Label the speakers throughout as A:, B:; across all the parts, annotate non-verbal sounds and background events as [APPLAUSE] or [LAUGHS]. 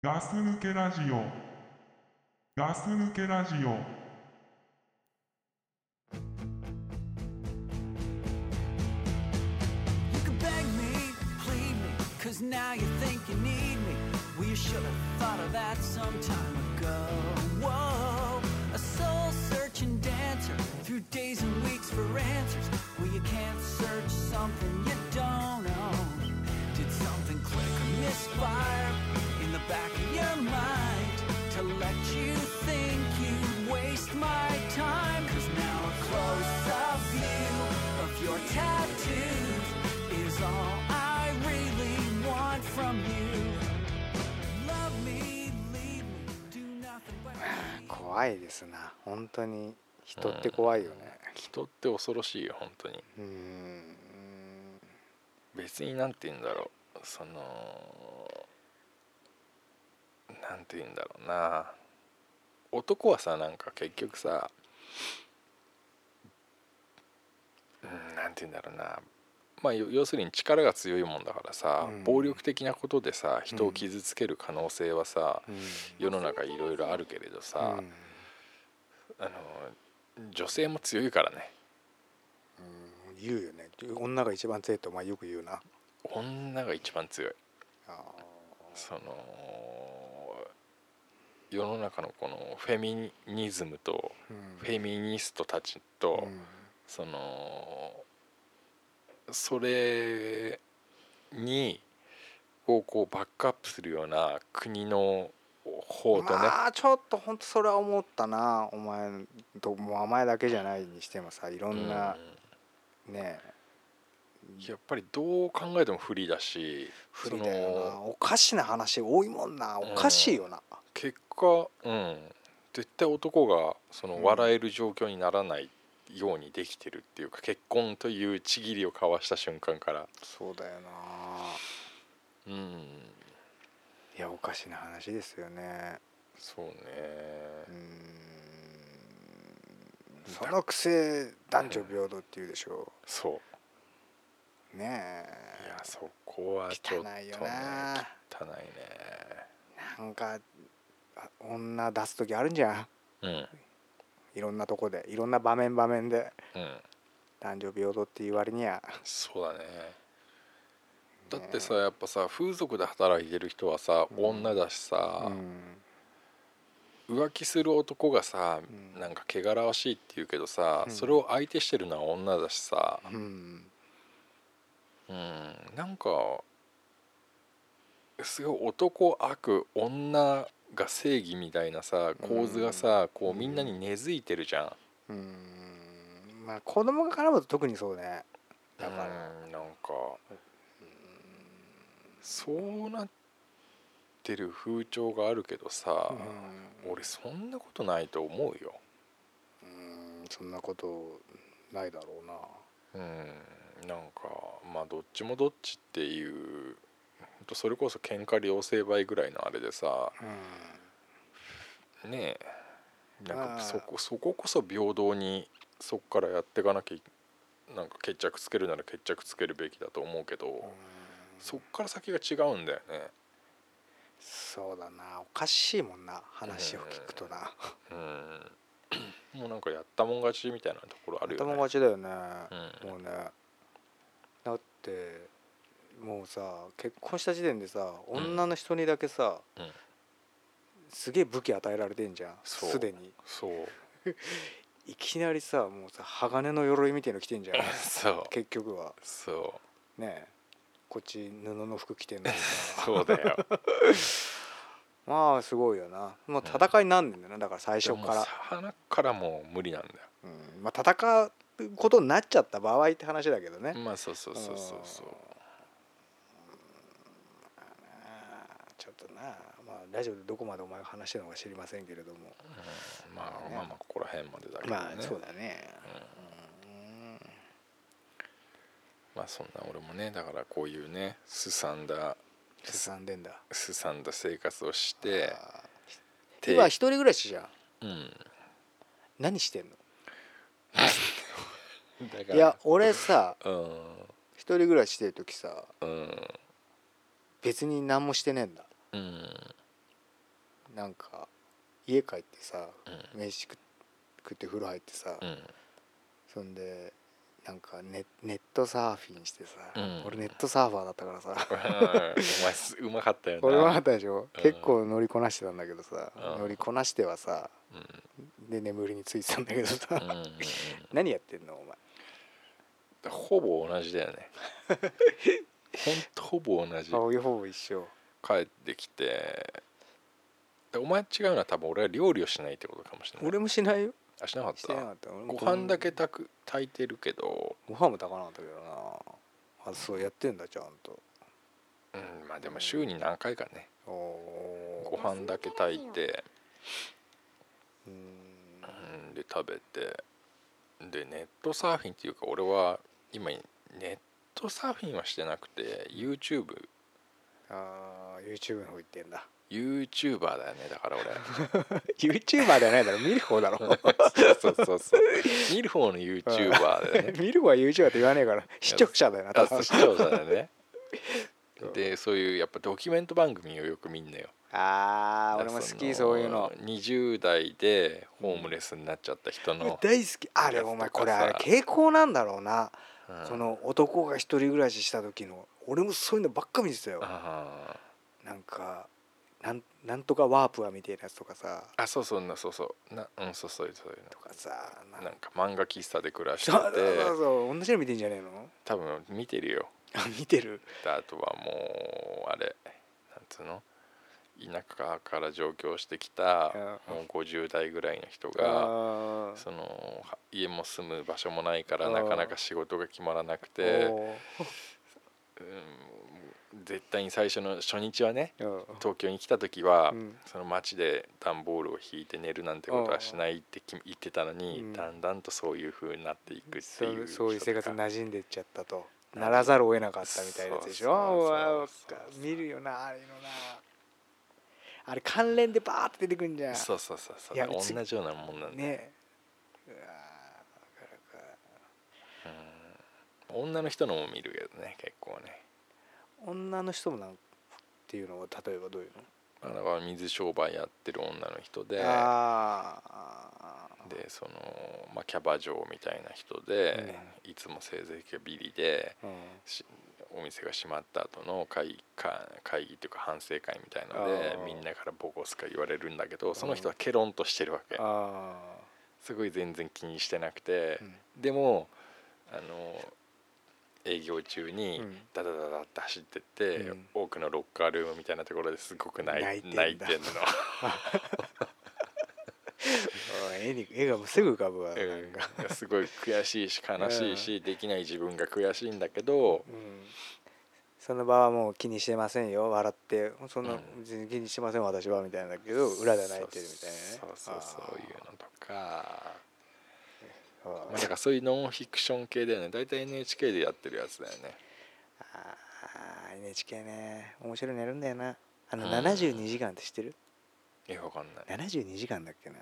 A: ガス抜けラジオ。ガス抜けラジオ。
B: You can beg me, plead me, cause now you think you need me. We should have thought of that some time ago. Whoa, a soul searching dancer through days and weeks for answers. Well, you can't search something you don't own. Did something click or misfire in the back of your mind to let you think you waste my time? Cause now a close up view of your tattoos is all I really want from you. Love me, leave me, do nothing but be.
C: 怖いですな本当に人って怖いよね
D: 人って恐ろしいよ本当に
C: うん
D: 別に何て言うんだろうその何て言うんだろうな男はさなんか結局さうんなんて言うんだろうなまあよ要するに力が強いもんだからさ、
C: うん
D: 暴力的なことでさ人を傷つける可能性はさ、
C: うん
D: 世の中いろいろあるけれどさ、
C: うん
D: あの女性も強いからね
C: 言うよね女が一番強いってお前よく言うな
D: 女が一番強い
C: あ
D: その世の中のこのフェミニズムと
C: ー
D: フェミニストたち
C: う
D: と、
C: ん
D: そのそれにをこうバックアップするような国の方とね、
C: まあちょっと本当それは思ったなお前ともう前だけじゃないにしてもさいろ
D: うん
C: んなね
D: やっぱりどう考えても不利だし
C: 不利だよ
D: そ
C: な
D: の
C: おかしな話多いもんなおかしいよな
D: 結果、うん、絶対男がその笑える状況にならないようにできてるっていうか、結婚というちぎりを交わした瞬間から、
C: そうだよな
D: うん、
C: いやおかしな話ですよね
D: そうね、
C: うーんそのくせ男女平等って言うでしょ
D: そう
C: ねえ
D: ういやそこはち
C: 汚
D: ょっと
C: い
D: ね
C: よな
D: 汚いね
C: なんかあ女出す時あるんじゃ
D: うん
C: んいろんなとこでいろんな場面場面で
D: うん
C: 男女平等って言われには
D: そうだねだってさやっぱさ風俗で働いてる人はさ女だしさ、
C: うん
D: 浮気する男がさ、
C: うん
D: なんか汚らわしいって言うけどさ、
C: うん
D: それを相手してるのは女だしさ、
C: うん
D: うん、なんかすごい男悪女が正義みたいなさ構図がさ、こうみんなに根付いてるじゃ
C: う
D: ん。
C: んまあ子供が絡むと特にそうねだから
D: うんなんかそうなってる風潮があるけどさ、
C: う
D: 俺そんなことないと思うよ。
C: んうんそんなことないだろうな
D: うんなんかまあどっちもどっちっていうほんとそれこそ喧嘩両成敗ぐらいのあれでさ
C: う
D: ねえなん
C: まあ
D: かそこそここそ平等にそこからやっていかなきゃいなんか決着つけるなら決着つけるべきだと思うけど、
C: ん
D: そっから先が違うんだよね。
C: そうだなおかしいもんな話を聞くとな
D: うん、もうなんかやったもん勝ちみたいなところあるよ
C: 頭
D: ね。
C: 勝ちだよね、
D: うん
C: もうねだってもうさ結婚した時点でさ
D: ん
C: 女の人にだけさ、
D: うん
C: すげえ武器与えられてんじゃん
D: そう
C: すでに
D: そう
C: いきなりさもうさ鋼の鎧みたいの着てんじゃん
D: [LAUGHS] そう
C: 結局は
D: そう
C: ねえこっち布の服着てんのに
D: [LAUGHS]
C: さ
D: そう
C: [LAUGHS]
D: だよ。
C: まあすごいよなもう戦いになんねんだよなだから最初
D: で
C: か
D: も
C: ら
D: さ、鼻からもう無理なんだよ。
C: うんまあ、戦うことになっちゃった場合って話だけどね、
D: まあそうそうそうそうそう
C: うんあーちょっとな、まあ、ラジオでどこまでお前が話してるのか知りませんけれども、
D: うんまあまあまあここら辺までだけどね
C: まあそうだね、
D: まあそんな俺もねだからこういうねすさんだ
C: すさんでんだ
D: すさんだ生活をして
C: あー
D: て
C: 今一人暮らしじゃん
D: うん
C: 何してんの
D: だから
C: いや俺さ
D: うん
C: 一人暮らししてる時さ
D: うん
C: 別に何もしてねえんだ
D: うん
C: なんか家帰ってさ
D: う
C: 飯食食って風呂入ってさ、
D: んうん
C: そんでなんかネネットサーフィンしてさ、
D: うん
C: 俺ネットサーファーだったからさ
D: お前すうまかったよな
C: 俺はあったでしょ、
D: うん
C: 結構乗りこなしてたんだけどさ、
D: うん
C: 乗りこなしてはさ
D: うん
C: で眠りについてたんだけどさ、
D: うんうんうん
C: [LAUGHS] 何やってんのお前
D: ほぼ同じだよねほんとほぼ同じ
C: 青いほぼ一緒
D: 帰ってきてでお前違うのは多分俺は料理をしないってことかもしれない
C: 俺もしないよ
D: あしなかっ
C: して
D: た
C: なかった俺も
D: ご飯だけ炊く炊いてるけど
C: ご飯も炊かなかったけどなあそうやってんだちゃんと
D: うんまあでも週に何回かね
C: おお
D: ご飯だけ炊いて、
C: ーうーん
D: うん、で食べてでネットサーフィンっていうか俺は今ネットサーフィンはしてなくて YouTubeYouTuber
C: あー YouTube の方行ってんだ [LAUGHS]
D: だよねだから俺
C: YouTuber じゃないだろ見る方だろ
D: そうそうそう見る方の
C: [LAUGHS]
D: YouTuber だよね
C: 見る方は YouTuber って言わねえから視聴者だよな多
D: あそ
C: 分
D: う視聴者だよねでそういうやっぱドキュメント番組をよく見んのよ
C: あー俺も好
D: の
C: きそういうの
D: 20代でホームレスになっちゃった人の、
C: 大好きあれお前これあれ
D: やつとかさ
C: 傾向なんだろうな
D: うん
C: この男が一人暮らしした時の俺もそういうのばっか見てたよ
D: あ
C: なんかなんなんとかワープはみたいなやつとかさ
D: ーあそうそうなそうそうなうんそうそうそういう
C: とかさな
D: の
C: ん
D: な
C: か
D: んか漫画喫茶で暮らし
C: [LAUGHS]
D: て
C: そう
D: て
C: そうそうそう同じの見てんじゃねえの [LAUGHS]
D: 多分見てるよ
C: あ見てる
D: であとはもうあれなんつうの田舎から上京してきた
C: うん
D: もう50代ぐらいの人が
C: あ
D: そのは家も住む場所もないから
C: うん
D: なかなか仕事が決まらなくて、うん、絶対に最初の初日はね
C: うん
D: 東京に来た時は、
C: うん
D: その街で段ボールを引いて寝るなんてことはしないってき言ってたのに、
C: うん
D: だんだんとそういう風になっていくって
C: そ
D: いう
C: うそういう生活に
D: い
C: 馴染んでっちゃったとならざるを得なかったみたいなやつでしょわ
D: そうそうそう
C: あ見るよなあれのなあれ関連でバーって出てくんじゃん
D: そうそうそうそう
C: いやうち
D: 同じようなもんなんだ、
C: ねえうわーなかなか
D: 女の人のも見るけどね結構ね、
C: 女の人もなんっていうのは例えばどういうの、
D: まあ、だから水商売やってる女の人で
C: ああ
D: でその、まあ、キャバ嬢みたいな人で、いつも成績がビリで
C: うん
D: しお店が閉まった後の会議か会議というか反省会みたいので
C: あー
D: みんなからボコスカ言われるんだけどその人はケロンとしてるわけ
C: あ
D: すごい全然気にしてなくて
C: ー、
D: でもあの営業中に
C: うん
D: ダダダダって走ってって、
C: うん
D: 多くのロッカールームみたいなところですごく泣い
C: 泣いてんだ
D: 泣いて
C: [LAUGHS]
D: んの
C: あー絵に絵がもうすぐ浮かぶわなんか、
D: うんすごい悔しいし悲しいし、できない自分が悔しいんだけど
C: うんその場はもう気にしてませんよ笑ってそんな
D: うん
C: 別に気にしてません私はみたいなんだけど裏で泣いてるみたいなね
D: そうそうそうそういうのとか
C: あー
D: まあ、だからそういうノンフィクション系だよね大体 NHK でやってるやつだよね
C: あー NHK ね面白いのやるんだよなあの
D: うん
C: 72時間って知ってる
D: えわかんない
C: 72時間だっけな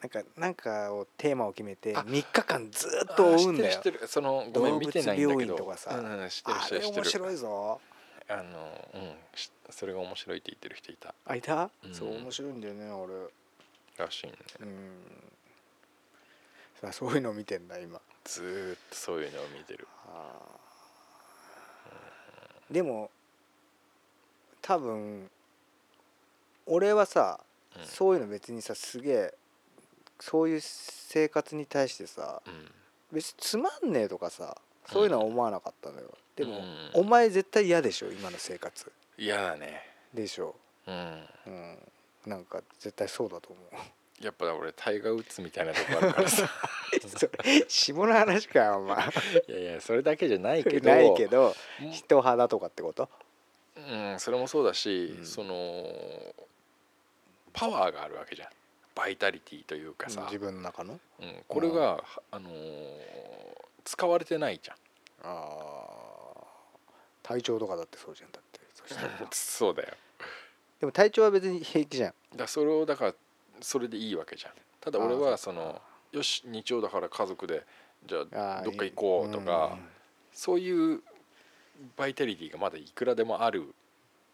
C: なんかなんかをテーマを決めて
D: あ
C: 3日間ずーっと追うんだ
D: あ知
C: よ
D: ってる知ってるそのごめん見てないん
C: 動
D: だけ
C: 物病院
D: ど
C: とかさ
D: うんうん、知ってる
C: あ
D: 知っ
C: れ
D: てる知
C: 面
D: って
C: 白
D: る
C: いぞ
D: あのうんしそれが面白いって言ってる人いた
C: あいた、
D: うん
C: そう面白いんだよね俺
D: らしいね
C: うんさあそういうの見てんだ今
D: ずーっとそういうのを見てる
C: あーでも多分俺はさ、
D: うん
C: そういうの別にさすげえそういう生活に対してさ
D: うん
C: 別につまんねえとかさそういうのは思わなかったのよ、でも、
D: うん
C: お前絶対嫌でしょ今の生活
D: 嫌だね
C: でしょ
D: うん
C: うんなんか絶対そうだと思う [LAUGHS]
D: やっぱ俺タイガー・ウッズみたいなとこあるからさ
C: それ下の話かよお前
D: いやいやそれだけじゃないけど
C: ないけど
D: も
C: 人肌とかってこと
D: うんそれもそうだし、
C: うん
D: そのパワーがあるわけじゃんバイタリティというかさ、
C: 自分の中の
D: うん、これが、はあのー使われてないじゃん
C: あー体調とかだってそうじゃんだってそ
D: [LAUGHS]
C: したら
D: そうだよ
C: でも体調は別に平気じゃん
D: だからそれをだからそれでいいわけじゃんただ俺
C: あ
D: は
C: ー
D: そのよし日曜だから家族でじゃ
C: あ
D: あ
C: ー
D: どっか行こうとか、そういうバイタリティがまだいくらでもある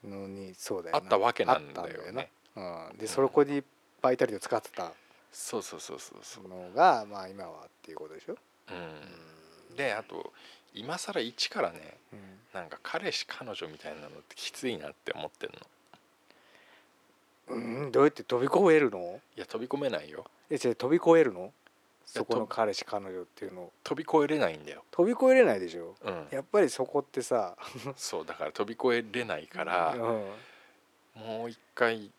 C: うんのにそうだよ
D: あ
C: な
D: ったわけなんだよ
C: あっ
D: ね
C: たんだよなうんでそこにバイタリティを使ってた
D: そうそうそうそうそう
C: のが、まあ今はっていうことでしょ、
D: うん、であと今更一からね
C: うん、
D: なんか彼氏彼女みたいなのってきついなって思ってんの
C: うんどうやって飛び越えるの
D: いや飛び込めないよ
C: え違う飛び越えるのそこの彼氏彼女っていうのを
D: 飛び越えれないんだよ、
C: 飛び越えれないでしょ
D: うん、
C: やっぱりそこってさ
D: そうだから飛び越えれないから、
C: うん
D: もう一回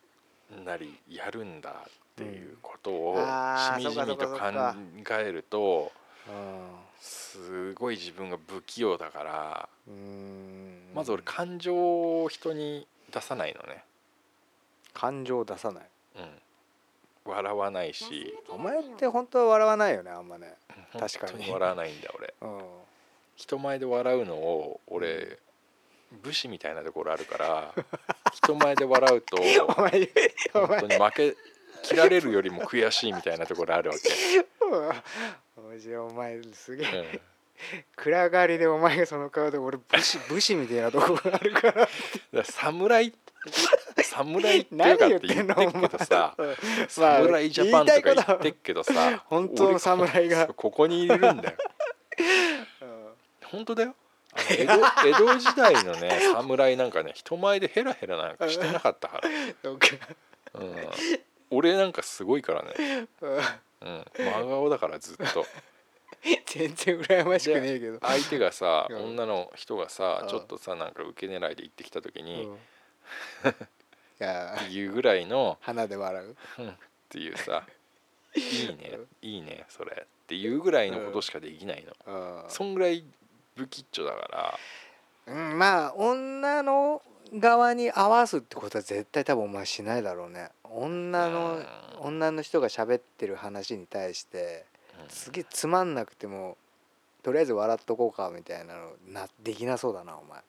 D: なりやるんだっていうことを
C: うんあー
D: しみじみと
C: そっ
D: 考
C: かそっか
D: えると
C: うん
D: すごい自分が不器用だから
C: うーん
D: まず俺感情を人に出さないのね、
C: 感情を出さない
D: うん、笑わないし
C: お前って本当は笑わないよねあんまね確かに
D: 本当に笑わないんだ俺
C: うん
D: 人前で笑うのを俺武士みたいなところあるから [LAUGHS] 人前で笑う
C: [LAUGHS]
D: と
C: お前お
D: 本
C: 前
D: 当に負け切られるよりも悔しいみたいなところあるわけ、
C: おじお前すげ
D: う
C: え
D: ん
C: 暗がりでお前がその顔で俺武士武士みたいなとこがあるから
D: だから侍侍って
C: [LAUGHS]
D: い
C: 何
D: うかっ
C: 言ってて
D: 言
C: んの
D: って
C: お
D: っけど
C: 前
D: さ
C: うん
D: 侍ジャパンとか
C: 言いた
D: 言
C: いこと
D: ってっけどさ
C: [LAUGHS] 本当の侍が
D: 俺ここにいるんだよ
C: うん
D: 本当だよあの江戸江
C: [LAUGHS]
D: 戸時代のね侍なんかね人前でヘラヘラなんかしてなかったか、
C: そうから
D: うん、俺なんかすごいからね、
C: うん
D: うん、真顔だからずっと [LAUGHS]
C: 全然羨ましくねえけど
D: 相手がさ
C: うん
D: 女の人がさ
C: うん
D: ちょっとさなんか受け狙いで行ってきた時
C: うん
D: に
C: [LAUGHS] いや
D: っていうぐらいの
C: 鼻で笑う
D: うんっていうさ「いいねいいねそれ」っていうぐらいのことしかできないの、
C: うん
D: そんぐらい不吉っちょだか
C: う
D: ら
C: んまあ女の側に合わすってことは絶対多分お前しないだろうね女の
D: うん
C: 女の人が喋ってる話に対して
D: うん
C: すげえつまんなくてもとりあえず笑っとこうかみたいなのなできなそうだなお前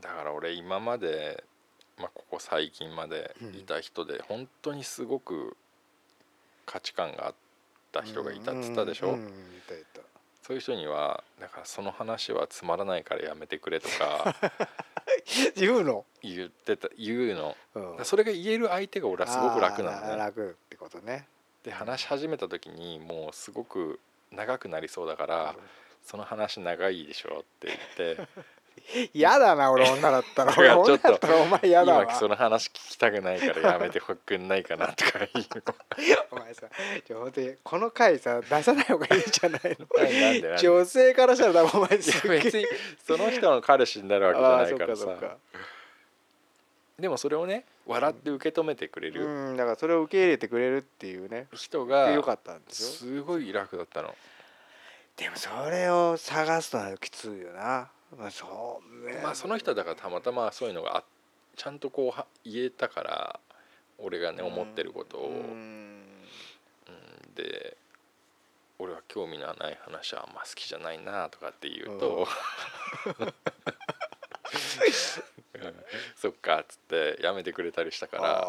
D: だから俺今まで、まあ、ここ最近まで
C: うん
D: いた人で本当にすごく価値観があった人がいたっ
C: うん
D: つったでしょ、
C: うんうんうんいたいた
D: そういう人にはだからその話はつまらないからやめてくれとか
C: [LAUGHS] 言うの、
D: [LAUGHS] 言ってた言うの
C: うん
D: だからそれが言える相手が俺はすごく楽な
C: あー
D: のね
C: 楽ってことね
D: で話し始めた時にもうすごく長くなりそうだからその話長いでしょって言
C: [LAUGHS]
D: って
C: 嫌だな俺女だったら
D: い
C: 俺
D: や
C: 女だったらお前嫌だわ
D: 今その話聞きたくないからやめてほっくんない
C: [LAUGHS]
D: かなとか言う
C: お前さちょ本当にこの回さ出さない方がいいんじゃないの
D: [LAUGHS] なんでなんで
C: 女性からしたら多分お前
D: い
C: す
D: や
C: げえ
D: 別にその人の彼氏になるわけじゃ
C: ああ
D: ないからさ
C: そっかそっか
D: でもそれをね笑って受け止めてくれる
C: うんだからそれを受け入れてくれるっていうね
D: 人
C: 良か
D: が
C: ったんですよ
D: すごい楽だったの
C: でもそれを探すとはきついよなまあそう
D: まあその人はだからたまたまそういうのがあちゃんとこうは言えたから俺がね思ってることを
C: うん
D: うんで俺は興味のない話はあんま好きじゃないなとかって言うと、うんそっかっつってやめてくれたりしたから
C: あ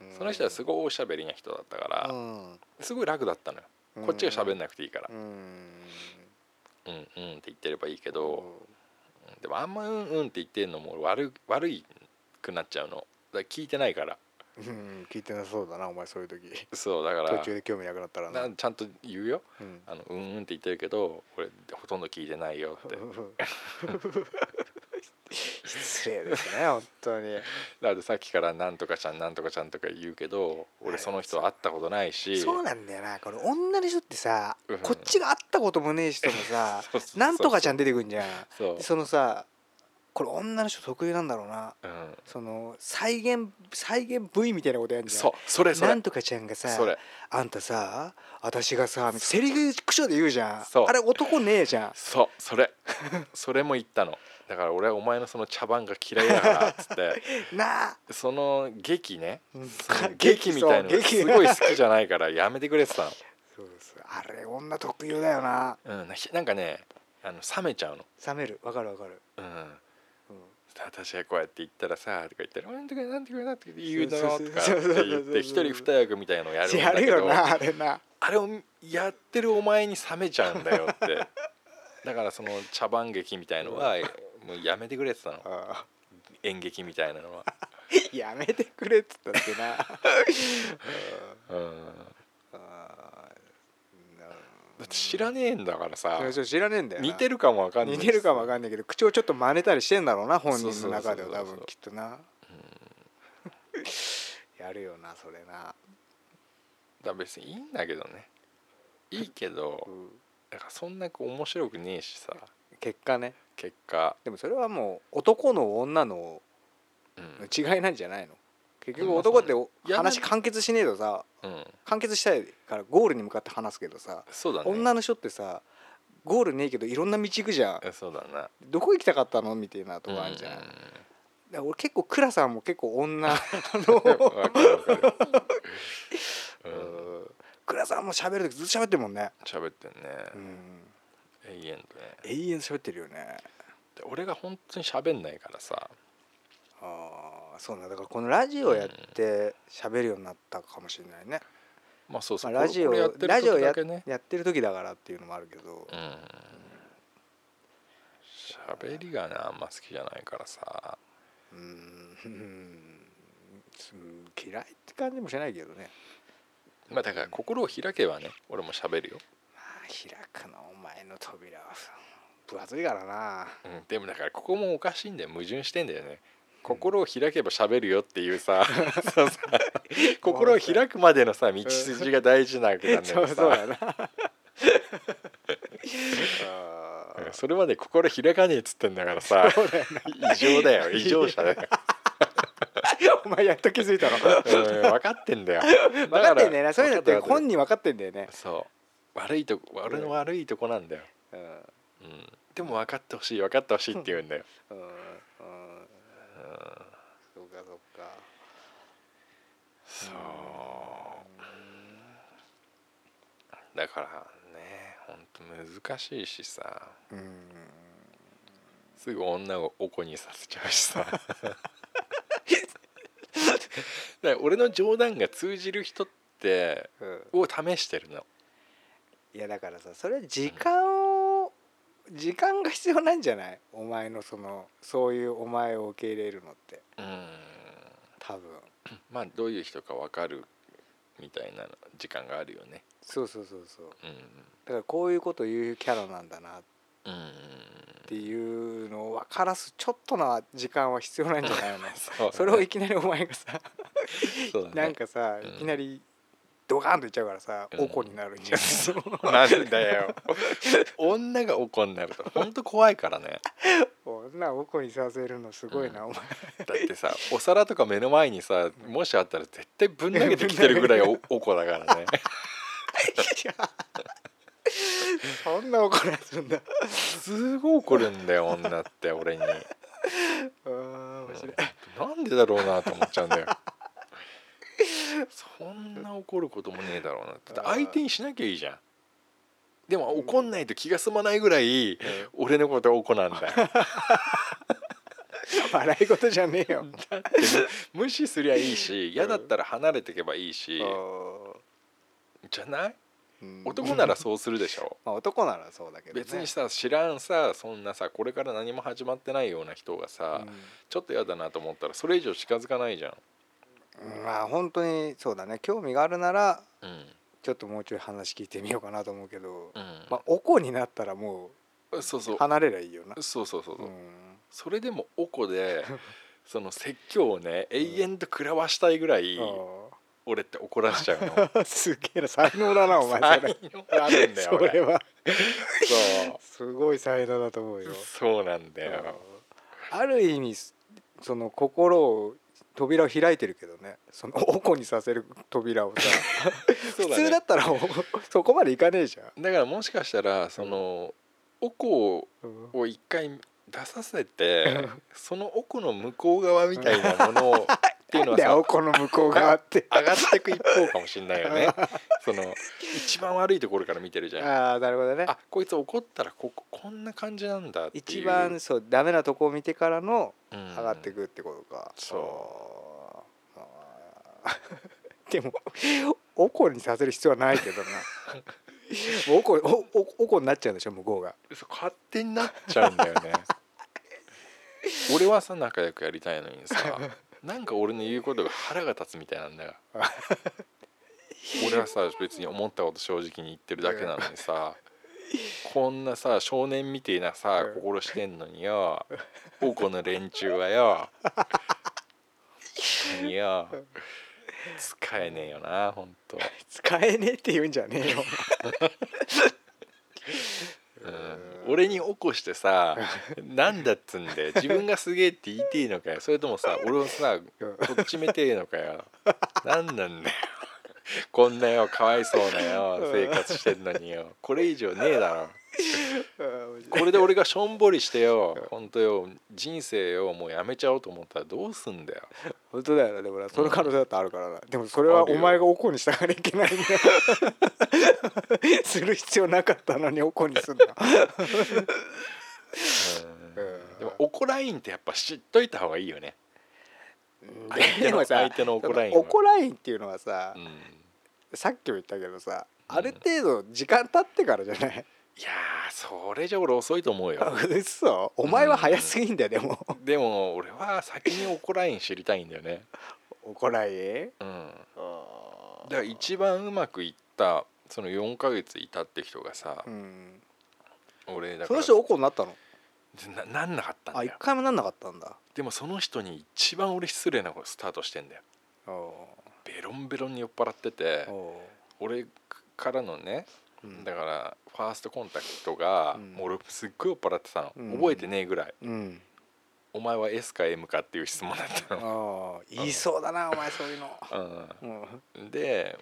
C: ーうん
D: その人はすごいおしゃべりな人だったから、
C: うん
D: すごい楽だったのよ
C: うん
D: こっちが喋んなくていいから
C: う、ん
D: うん、うんって言ってればいいけど、でもあんまうんうんって言ってんのも悪悪いくなっちゃうのだから聞いてないから
C: うん聞いてなそうだなお前そういう時
D: そうだか
C: 途
D: ら
C: 中で興味なくなったらな
D: なちゃんと言うよ
C: うん
D: あのうんうんって言ってるけど俺ほとんど聞いてないよって
C: 失礼ですね本当に
D: だってさっきから「なんとかちゃんなんとかちゃん」とか言うけど俺その人会ったことないし
C: そうなんだよなこれ女の人ってさ、
D: うん
C: こっちが会ったこともねえ人もさ
D: [LAUGHS] そうそうそう
C: なんとかちゃん出てくんじゃん
D: そう
C: でそのさこれ女の人特有なんだろうな
D: うん
C: その再現再現部位みたいなことやんじゃん
D: そうそれそ
C: な
D: れ
C: んとかちゃんがさ
D: それ
C: あんたさ私がさみたいなセリフ口調で言うじゃん
D: そう
C: あれ男ねえじゃん
D: [LAUGHS] そうそれそれも言ったのだから俺はお前のその茶番が嫌いだからっつって
C: [LAUGHS] なあ
D: その劇ね
C: うん
D: その [LAUGHS] 劇みたいの
C: そう
D: が
C: 劇
D: すごい好きじゃないからやめてくれてた
C: そうそうあれ女特有だよな [LAUGHS]
D: の、うん、ひなんかねあの冷めちゃうの、
C: 冷めるわかるわかる、
D: うん、
C: うん
D: 私がこうやって言ったらさとか言ったら「なんとかなんとかなんとか言うの
C: そ
D: よ」
C: うそう
D: と
C: そう
D: かって言って一
C: そうそうそう
D: 人二役みたいのをやるん
C: や
D: だ
C: る
D: け
C: よ
D: ど
C: なあれな [LAUGHS]
D: あれをやってるお前に冷めちゃうんだよって
C: [LAUGHS]
D: だからその茶番劇みたいのはもうやめてくれって言ってたの
C: あ
D: 演劇みたいなのは
C: やめてくれっつったって
D: [LAUGHS]
C: な
D: うん、
C: うんうんな
D: だって知らねえんだからさ
C: それちょっと知らねえんだよな
D: 似てるかもわかんない
C: 似てるかもわ
D: ん
C: かんないけど口をちょっと真似たりしてんだろうな本人
D: そ
C: の
D: うそうそうそう
C: 中では多分きっとなやるよなそれな、
D: だ別にいいんだけどねいいけど
C: うん
D: だからそんな面白くねえしさ
C: 結果ね
D: 結果、
C: でもそれはもう男の女の
D: うん
C: 違いなんじゃないの結局
D: まあ
C: 男って
D: そやらない
C: 話完結しねえとさ
D: うん、
C: 完結したいからゴールに向かって話すけどさ
D: そうだね
C: 女の人ってさゴールねえけどいろんな道行くじゃん
D: うんそうだな
C: どこ行きたかったのみたいなとこあるじゃん、
D: う
C: だ
D: う
C: か
D: う
C: ら俺結構倉さんも結構
D: [LAUGHS]
C: 女
D: わかるわかる。う
C: うん
D: ん、
C: 倉さんも喋る時ずっと喋ってるもんね、
D: 喋ってんね、
C: うん、
D: 永遠とね
C: 永遠と喋ってるよね
D: で俺が本当に喋んないからさ
C: ああそうなんだからこのラジオやって喋るようになったかもしれないね、
D: まあそ
C: ま
D: うそ
C: あ、
D: う、
C: ラジオ
D: こ
C: ラ
D: れこれやって
C: ジ
D: る
C: オ
D: 時
C: や
D: だけね
C: やってる時だからっていうのもあるけど
D: うん喋りがねあんま好きじゃないからさ
C: うーんうん嫌いって感じもしないけどね
D: まあだから心を開けばね俺も喋るよ、
C: まあ開くのお前の扉はさ分厚いからな
D: うん、でもだからここもおかしいんだよ矛盾してんだよね心を開けば喋るよっていうさそうさ心を開くまでのさ道筋が大事なわけなんだけ
C: [LAUGHS] そ
D: ど
C: う
D: さ
C: そうだなあ
D: うん
C: ー
D: それまで心開かねえっつってんだからさ異常だよ異常者だよ
C: お前やっと気づいたの
D: うん分かってんだよ分
C: [LAUGHS] 分かってんだよなそういうのって本
D: 人
C: 人分かってんだよね、
D: そう悪いとこ俺の悪いとこなんだよ、
C: うん
D: うん、でも分かってほしい分かってほしいって言うんだよ
C: うんうんそうかそうか
D: そうだからねほんと難しいしさ
C: うん
D: すぐ女をおこにさせちゃう
C: [LAUGHS]
D: しさだから俺の冗談が通じる人って
C: うん
D: を試してるの
C: いやだからさそれは時間を時間が必要なんじゃないお前のそのそういうお前を受け入れるのって
D: うん
C: 多分
D: まあどういう人か分かるみたいな時間があるよね
C: そうそうそうそう
D: う
C: だからこういうこと言うキャラなんだなっ
D: んうん
C: ていうのを分からすちょっとの時間は必要なんじゃないの
D: [LAUGHS] そう
C: それをいきなりお前がさ
D: そうだね
C: なんかさ
D: うん
C: いきなりドカーンといっちゃうからさ
D: うん
C: おこになるんじゃ [LAUGHS] ない
D: なんだよ女がおこになるとほんと怖いからね
C: 女をおこにさせるのすごいな、
D: うん
C: お前
D: だってさお皿とか目の前にさもしあったら絶対ぶん投げてきてるぐらいおおこだからね
C: いやそんな怒らす
D: [LAUGHS]
C: んだ
D: すごい怒るんだよ女って俺に
C: あー面白い
D: なんでだろうなと思っちゃうんだよそんな怒ることもねえだろうなってだって相手にしなきゃいいじゃんでも怒んないと気が済まないぐらい俺のことは怒なんだ [LAUGHS] よ
C: 笑い事じゃねえよ
D: 無視すりゃいいし嫌だったら離れてけばいいしじゃない
C: うん
D: 男ならそうするでしょ
C: まあ男ならそうだけどね
D: 別にさ知らんさそんなさこれから何も始まってないような人がさ、ちょっと嫌だなと思ったらそれ以上近づかないじゃん、
C: うんまあ本当にそうだね興味があるなら
D: うん
C: ちょっともうちょい話聞いてみようかなと思うけど
D: うん
C: まあおこになったらも
D: そうそうう
C: 離れりゃいいよな
D: そうそうそうそううんそれでもお
C: [LAUGHS]
D: こでその説教をね永遠と食らわしたいぐらい俺って怒らしちゃうの
C: すげえな才能だな [LAUGHS] お前
D: 才
C: それ
D: 能あるんだよ
C: それ
D: 俺
C: は
D: そ
C: すごい才能だと思うよ
D: うそうなんだよ
C: ある意味すその心を扉を開いてるけどねそのおこにさせる扉をさ、
D: [LAUGHS] そ
C: 普
D: うだ
C: 通
D: ね
C: だったらおそこまでいかねえじゃん、
D: だからもしかしたらそのおこ
C: うん
D: を一回出さ
C: [LAUGHS]
D: せてそのおこの向こう側みたいなものをっていう
C: なん
D: のは
C: だ
D: さ
C: よおこの向こう側って
D: 上がっていく一方かもしんないよねその一番悪いところから見てるじゃ
C: [LAUGHS]
D: ん
C: ああなるほどね
D: あこいつ怒ったらこここんな感じなんだっていう
C: 一番そうダメなとこを見てからの
D: 上
C: 上がっていくってことか、
D: そ
C: あーでもおこにさせる必要はないけ [LAUGHS] どなもうおこおおおこになっちゃうんでしょ向こうが
D: そう勝手 [LAUGHS] になっちゃうんだよね俺はさ仲良くやりたいのにさなんか俺の言うことが腹が立つみたいなんだよ俺はさ別に思ったこと正直に言ってるだけなのにさこんなさ少年みてえなさ
C: うん
D: 心してんのによおこの連中はよ本当によ使えねえよなほんと
C: 使えねえって言うんじゃねえ [LAUGHS] よ
D: うん俺に起こしてさなんだっつうんだよ自分がすげえって言いていいのかよそれともさ俺をさ
C: うん
D: こっちめてえのかよなんなんだよこんなよかわいそうなよ生活してんのによこれ以上ねえだろこれで俺がしょんぼりしてよほんとよ人生をもうやめちゃおうと思ったらどうすんだよ
C: 本当だよなでもなその可能性だってあるからなでもそれはお前がおこにしたからいけない [LAUGHS] んだよする必要なかったのにおこにすんな
D: うん
C: うん
D: でも怒ラインってやっぱ知っといた方がいいよね
C: でもさ
D: 相手の怒ラインは
C: その怒ラインっていうのはさ、
D: うん
C: さっきも言ったけどさ
D: うん
C: ある程度時間経ってからじゃない、 [LAUGHS]
D: いやーそれじゃ俺遅いと思うよ
C: 嘘お前は早すぎんだよでも
D: でも俺は先に怒ライン知りたいんだよね。
C: 怒らへん
D: うん、だか
C: う
D: ら一番うまくいったその4ヶ月いたって人がさ、
C: ん
D: 俺だ
C: そ
D: か
C: の
D: ら
C: 人おこになったの
D: ななんなかったん
C: あ
D: だ
C: 一
D: よ
C: 回もなんなかったんだ
D: でもその人に一番俺失礼なことスタートしてんだよ
C: お
D: ベロンベロンに酔っ払ってて
C: うお
D: 俺からのね
C: ううん
D: だからファーストコンタクトが、
C: うん
D: もう俺すっごい酔っ払ってたの、
C: うん
D: 覚えてねえぐらい
C: うん
D: 「お前は S か M か」っていう質問だった
C: あ
D: の。
C: あ言いそうだなお前そういうの [LAUGHS]
D: うん
C: うん
D: で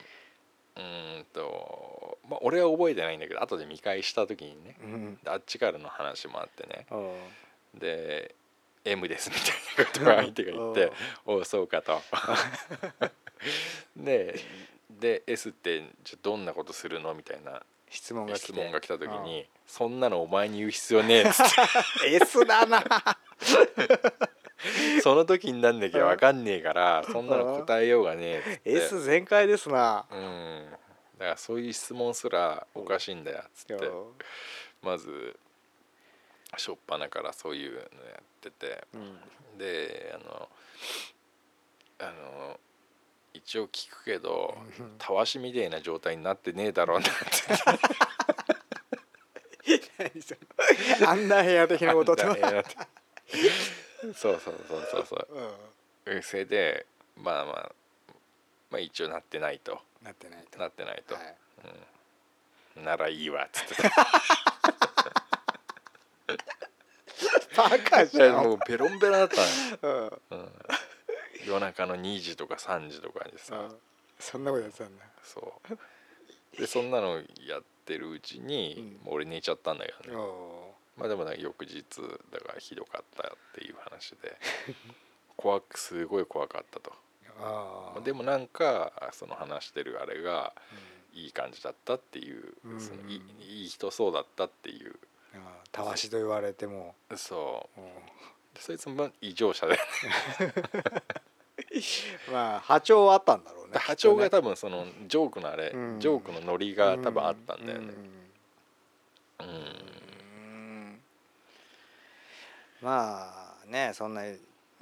D: うーんとまあ俺は覚えてないんだけど後で見返した時にね
C: うん
D: あっちからの話もあってね
C: おう
D: で「M です」みたいなことが相手が言って「 [LAUGHS] おうそうか」 [LAUGHS] と。でで S ってじゃあどんなことするのみたいな
C: 質問が来て
D: 質問が来た時に「そんなのお前に言う必要ねえ」っつっ
C: あ S だな
D: [LAUGHS] てその時になんなきゃ分かんねえからそんなの答えようがねえっつって。
C: S 全開ですな
D: うんだからそういう質問すらおかしいんだよっつって
C: おう
D: まず初っ端からそういうのやってて
C: うん
D: であのあの一応聞くけどたわしみたいな状態になってねえだろうなって
C: [LAUGHS] 何それあんな部屋的なことって
D: なんだよって [LAUGHS] そうそうそうそうそう
C: [LAUGHS] うん
D: うんそれでまあまあまあ一応なってないと
C: なってないと
D: なってないと、
C: はい
D: ならいいわっつって
C: バカじ
D: いや
C: ゃ
D: も
C: ん
D: うベロンベロンだったのよ
C: うん
D: 夜中の2時とか3時とかにさ、
C: うんそんなことやってたんだ
D: そうでそんなのやってるうちに、
C: うん
D: もう俺寝ちゃったんだけどね、
C: お
D: まあでもなんか翌日だからひどかったっていう話で [LAUGHS] 怖くすごい怖かったと、
C: あ
D: で
C: も
D: もなんかその話してるあれがいい感じだったっていう、
C: うん
D: そのいいい人そうだったっていう
C: たわしと言われても
D: そ
C: うん
D: うでそいつも異常者で
C: [LAUGHS] まあ波長はあったんだろうね
D: 波長が
C: きっ
D: 多分そのジョークのあれ、
C: うん
D: ジョークのノリ
C: とね
D: が多分あったんだよね、うん
C: うんまあねそんな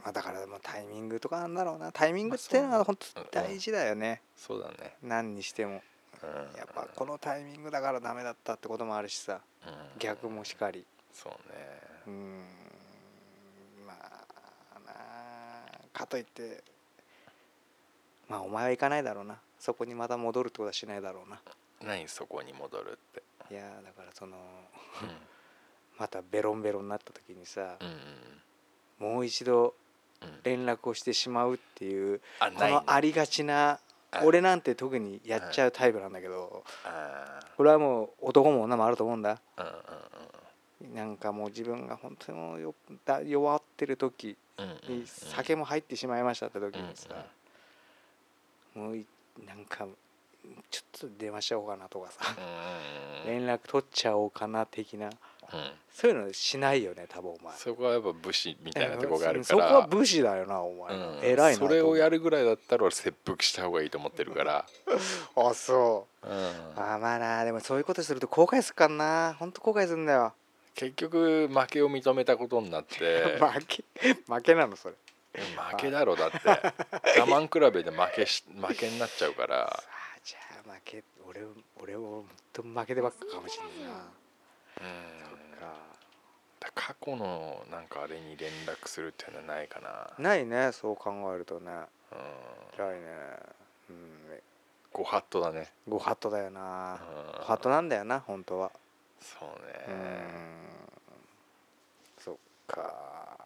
C: まあだからもうタイミングとかなんだろうなタイミングっていうのは本当大事だよね
D: そうだね、
C: 何にしても
D: うん、
C: やっぱこのタイミングだからダメだったってこともあるしさ
D: うん
C: 逆もしかり
D: そうね
C: うーんまあなあかといってまあお前は行かないだろうなそこにまた戻るってことはしないだろうな
D: 何そこに戻るって、
C: いやーだからその
D: うん
C: またベロンベロンになった時にさ、
D: うん
C: もう一度
D: うんうん
C: 連絡をしてしまうっていう
D: あ
C: こ
D: ない
C: の
D: ね
C: ありがちな
D: あ
C: 俺なんて特にやっちゃうタイプなんだけど
D: あ
C: これはもう男も女もあると思うんだ
D: ー
C: なんかもう自分が本当にもうよだ弱ってる時
D: うんうんうんうんうんうん
C: に酒も入ってしまいましたって時にさ、
D: うんうん
C: もういなんかちょっと電話しちゃおうかなとかさ
D: うんうん
C: 連絡取っちゃおうかな的な
D: うんうん
C: そういうのしないよね多分お前
D: そこはやっぱ武士みたいなとこがあるから
C: そこは武士だよなお前、
D: うん
C: 偉いなと
D: そ
C: 思う
D: れをやるぐらいだったら俺切腹した方がいいと思ってるから、
C: あそう
D: うん
C: まあまあなでもそういうことすると後悔するからなほんと後悔するんだよ、
D: 結局負けを認めたことになって
C: 負け負けなのそれ
D: 負けだろだって我慢比べで負けし負けになっちゃうから
C: あーじゃあ負け俺俺をもっと負けてばっかかもしれないな
D: うん
C: そっか
D: だ過去のなんかあれに連絡するっていうのはないかな、
C: ないねそう考えるとね
D: うん、
C: 偉いねうんえ
D: ご法度だね
C: ご法度だよな
D: うん
C: ハットなんだよな本当は
D: そう
C: う
D: ね
C: んそっか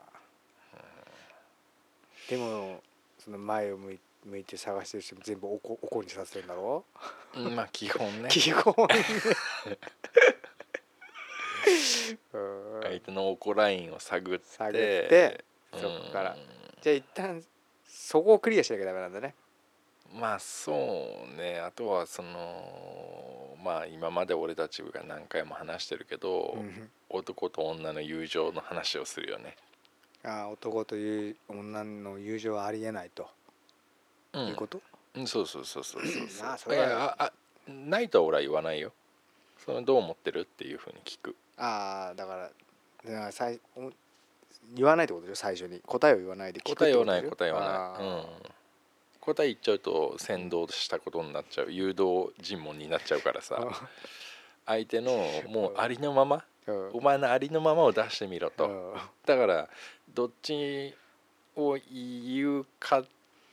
C: でもその前を向い向いて探してる人も全部おこおこにさせてるんだろ
D: うんまあ基
C: [LAUGHS]
D: 本ね
C: 基本ねうん
D: 相手の怒ラインを探って
C: 探って
D: うん
C: そこからじゃあ一旦そこをクリアしなきゃダメなんだね
D: まあそうねあとはそのまあ今まで俺たちが何回も話してるけど、
C: うん
D: 男と女の友情の話をするよね、
C: ああ男という女の友情はありえないと
D: う
C: いうんこと
D: うんそうそうそうそうそうそう
C: まあそれはい
D: やああないとは俺は言わないよそのどう思ってるっていうふうに聞く
C: ああだからだから最お言わないってことでしょ最初に答えを言わないで聞く
D: 答えはない答え
C: は
D: はない、うん、答え言っちゃうと先導したことになっちゃう誘導尋問になっちゃうからさ
C: [LAUGHS]
D: 相手のもうありのまま
C: い、うん
D: お前のありのままを出してみろと、
C: うん
D: だからどっちを言うかっ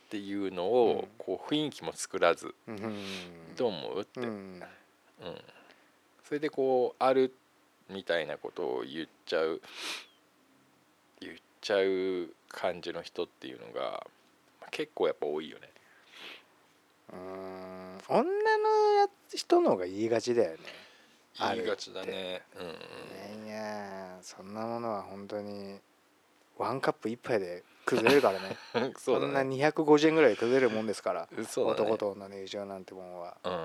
D: ていうのを
C: うん
D: こう雰囲気も作らず
C: うん
D: 「どう思う?」って、
C: う
D: うん
C: ん
D: それでこう「ある」みたいなことを言っちゃう言っちゃう感じの人っていうのがまあ結構やっぱ多いよね。
C: うん女のやつ人の方が言いがちだよねある
D: 言いがちだね。うんうん
C: いやいやそんなものは本当にワンカップ一杯で崩れるからね
D: [LAUGHS]
C: [LAUGHS]
D: そ
C: ん
D: う
C: な
D: だね。
C: 250円ぐらいで崩れるもんですから、
D: そうだね
C: 男と女の友情なんてもんは、
D: うん
C: う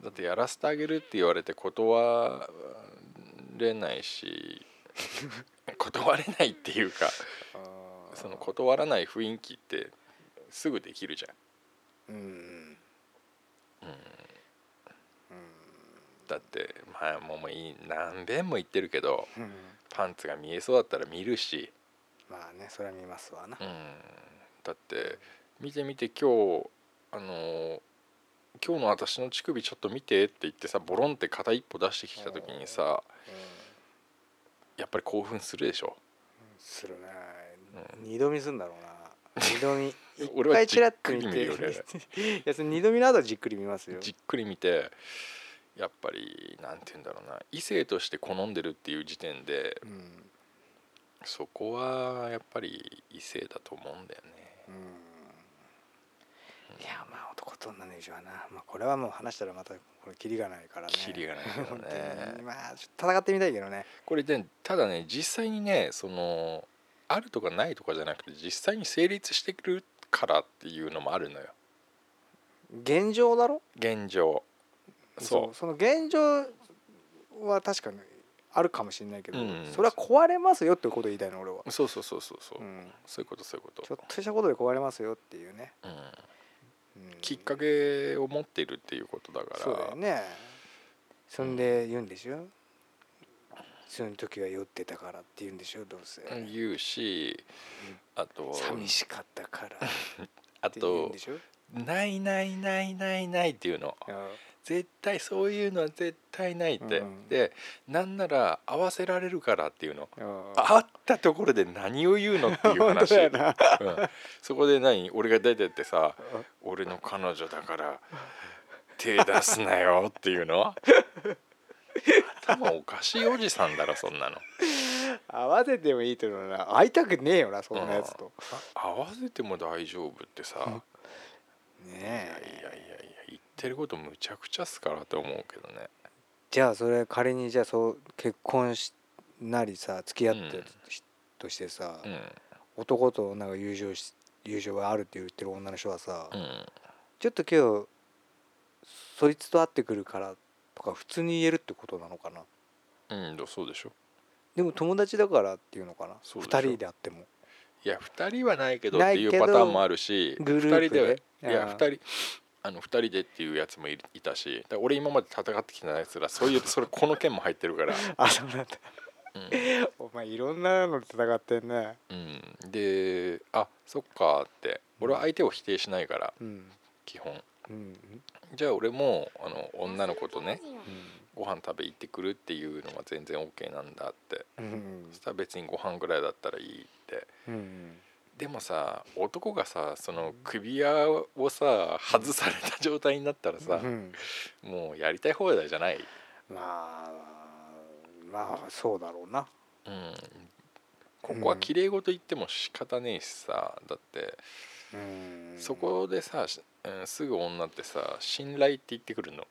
C: ん、
D: だってやらせてあげるって言われて断れないし [LAUGHS] 断れないっていうかその断らない雰囲気ってすぐできるじゃ
C: うん
D: ん
C: うん
D: だってまあもうもういい何遍も言ってるけど
C: うん
D: パンツが見えそうだったら見るし、
C: まあねそれは見ますわな
D: うん、だって見て見て今日あのー今日の私の乳首ちょっと見てって言ってさボロンって片一歩出してきた時にさやっぱり興奮するでしょ
C: するね
D: う
C: 二度見すんだろうな二度見一
D: [LAUGHS] 俺は
C: 回
D: じ
C: チラ
D: っ
C: ッと
D: く
C: 見
D: り見
C: て
D: るよ
C: [LAUGHS]
D: ね
C: いやその二度見の後はじっくり見ますよ
D: じっくり見てやっぱりなんて言うんだろうな異性として好んでるっていう時点で
C: うん、
D: そこはやっぱり異性だと思うんだよね
C: うん、いやまあ男と女の友情はな、まあ、これはもう話したらまたこれキリがないからね
D: キリがないけど
C: 本
D: ね
C: 当にまあちょっと戦ってみたいけどね
D: これでただね実際にねそのあるとかないとかじゃなくて実際に成立してくるからっていうのもあるのよ
C: 現状だろ
D: 現状そう
C: その現状は確かにあるかもしれないけど、
D: うん
C: それは壊れますよってことを言いたいの俺は、
D: そうそうそうそうそ
C: う
D: う、
C: ん、
D: そういうことそういうこ
C: ちょっ
D: と、
C: としたことで壊れますよっていうね、
D: うん、
C: うん
D: きっかけを持っているっていうことだから
C: そうだよねそんで言うんでしょ、その時は酔ってたからって言うんでしょどうせ、
D: 言うしあと
C: 寂しかったからっ
D: あ
C: て言う
D: と
C: んでしょ、
D: ないないないないないっていうの絶対そういうのは絶対ないって、
C: うん
D: でなんなら合わせられるからっていうの
C: うん
D: 会ったところで何を言うのっていう
C: [LAUGHS] 本当
D: 話
C: だよな
D: うん、そこで何俺が出てってさ「俺の彼女だから手出すなよ」っていうの頭おかしいおじさんだろそんなの
C: 合わせてもいいと思うな会いたくねえよなそんなやつと、
D: あ合わせても大丈夫ってさいや
C: ね
D: いやいや
C: え
D: いや言ってることむちゃくちゃっすからと思うけどね
C: じゃあそれ仮にじゃあそう結婚しなりさ付き合って
D: うん
C: としてさ、
D: うん
C: 男と女が友情し友情があるって言ってる女の人はさ、
D: うん
C: ちょっと今日そいつと会ってくるからとか普通に言えるってことなのかな
D: うんどうそうでしょ
C: でも友達だからっていうのかな
D: そ
C: 二
D: うでしょ
C: 人で会っても
D: いや2人はないけどっ
C: な
D: て
C: い
D: い
C: け
D: う
C: ど
D: パターンもあるし
C: グループで
D: 2人でいや
C: あー
D: 2人あの2人でっていうやつもいいたしだから俺今まで戦ってきたやつらそういうそれこの件も入ってるから
C: あそうなんだ [LAUGHS] お前いろんなの戦ってんね
D: うん、であそっかって俺は相手を否定しないから
C: うん
D: 基本
C: うん
D: じゃあ俺もあの女の子とね
C: う
D: ご飯食べ行ってくるっていうのが全然 OK なんだって
C: ん
D: そしたら別にご飯ぐらいだったらいいって
C: うん
D: でもさ男がさその首輪をさ外された状態になったらさ
C: うん
D: もうやりたい放題じゃない、
C: まあまあそうだろうな
D: うん、ここは綺麗事言っても仕方ねえしさだって
C: うん
D: そこでさ、しうん、すぐ女ってさ信頼って言って
C: [LAUGHS]
D: くるの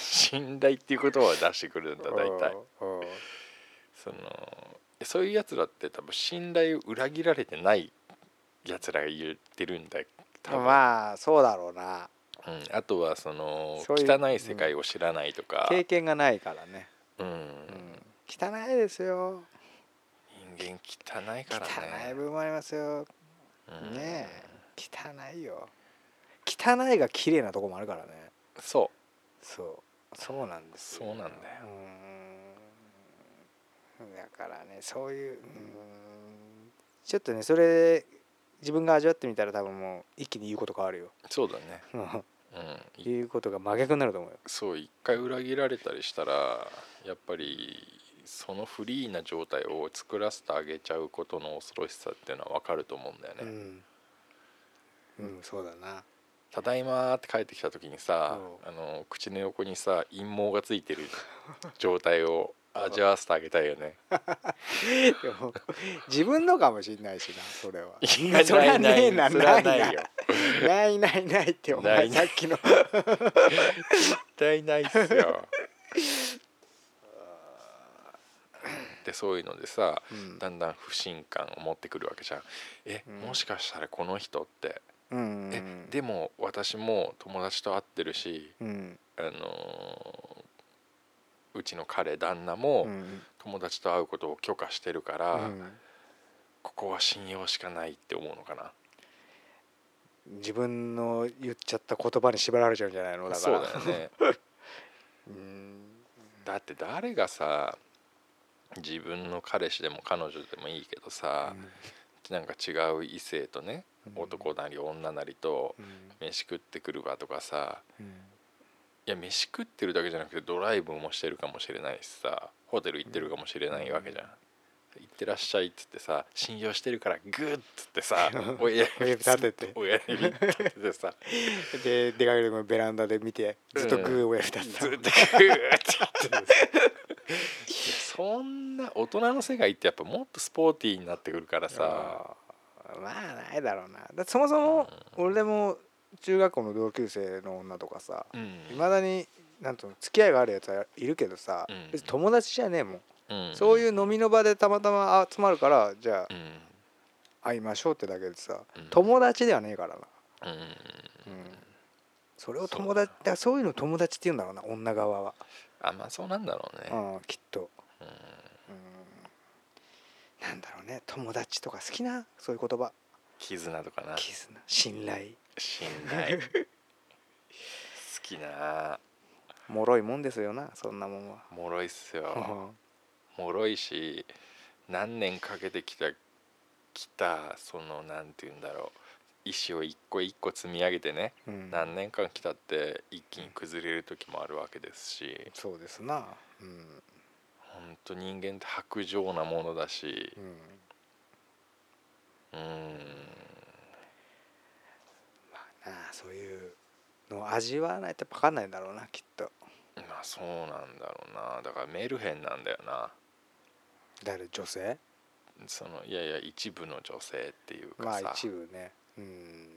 D: 信頼っていう言葉を出してくるんだ大体
C: うんうん
D: そのそういうやつらって多分信頼を裏切られてないやつらが言ってるんだ多分、
C: まあそうだろうな
D: うん、あとはその
C: そういう
D: 汚い世界を知らないとか、
C: 経験がないからね、
D: うん
C: 汚いですよ
D: 人間汚いからね
C: 汚い部分もありますよ
D: うん
C: ねえ汚いよ汚いが綺麗なとこもあるからね
D: そ
C: そうそうなん
D: う
C: です
D: そうなんだよ
C: うんだからねそういううんちょっとねそれ自分が味わってみたら多分もう一気に言うこと変わ
D: [LAUGHS]
C: るよ
D: そうだね
C: うん
D: うん
C: 言うことが真逆になると思うよ
D: そう一回裏切られたりしたらやっぱりそのフリーな状態を作らせてあげちゃうことの恐ろしさっていうのは分かると思うんだよね。
C: うん、うん、そうだな [LAUGHS]
D: ただいまーって帰ってきた時にさ
C: う
D: あの口の横にさ陰毛がついてる状態を味わわせてあげたいよね。
C: でも自分のかもしれないしなそれは
D: や
C: そりゃねえ
D: な
C: な
D: いないそれは
C: ない
D: な
C: な
D: いよ
C: ないないないってお
D: な
C: 前
D: い
C: さ
D: な
C: っ
D: い
C: きの
D: 絶対ないっすよ。でそういうのでさ、
C: うん
D: だんだん不信感を持ってくるわけじゃん。え、
C: うん
D: もしかしたらこの人って
C: うん
D: えでも私も友達と会ってるし、
C: うん
D: あのーうちの彼旦那
C: う
D: も
C: ん
D: 友達と会うことを許可してるから、
C: うん
D: ここは信用しかないって思うのかな
C: 自分の言っちゃった言葉に縛られちゃうんじゃないのだか
D: そう
C: ら
D: だよね
C: うん
D: だって誰がさ自分の彼氏でも彼女でもいいけどさ、なんか違う異性とね
C: うん
D: 男なり女なりと
C: うん
D: 飯食ってくるわとかさ
C: うん
D: いや飯食ってるだけじゃなくてドライブもしてるかもしれないしさホテル行ってるかもしれないわけじゃん。行ってらっしゃいっつってさ信用してるからグーっつってさ親
C: 親指立てて
D: 親指立て
C: [LAUGHS]
D: てさ
C: で出かけるのベランダで見てずっとグーをやりたっ
D: ず
C: た
D: っとグーって言ってるんですよいやそんな大人の世界ってやっぱもっとスポーティーになってくるからさ
C: うんまあないだろうなだってそもそも俺でも中学校の同級生の女とかさ
D: うん
C: いまだになんと付き合いがあるやつはいるけどさ、
D: うん
C: 別に友達じゃねえもん、
D: うん
C: そういう飲みの場でたまたま集まるからじゃあ
D: うん
C: 会いましょうってだけでさ、
D: うん
C: 友達ではねえからな、
D: うん
C: うんそれを友達だからそういうの友達って言うんだろうな女側は、
D: あまあそうなんだろうね
C: うん、きっと、
D: うん
C: うん、なんだろうね友達とか好きなそういう言葉
D: 絆とかな
C: 絆信頼
D: 信
C: [LAUGHS]
D: 頼好きな
C: 脆いもんですよなそんなもんは。
D: もろいっすよ [LAUGHS]
C: うん
D: もろいし何年かけてきたきたそのなんて言うんだろう石を一個一個積み上げてね
C: うん
D: 何年間来たって一気に崩れる時もあるわけですし
C: そうですな、うん
D: 本当人間って薄情なものだし
C: うん、
D: うーん
C: なあそういうのを味わわないと分かんないんだろうなきっと
D: まあそうなんだろうなだからメルヘンなんだよな
C: 誰女性
D: そのいやいや一部の女性っていう
C: ま
D: か
C: あ
D: さ
C: 一部ねうん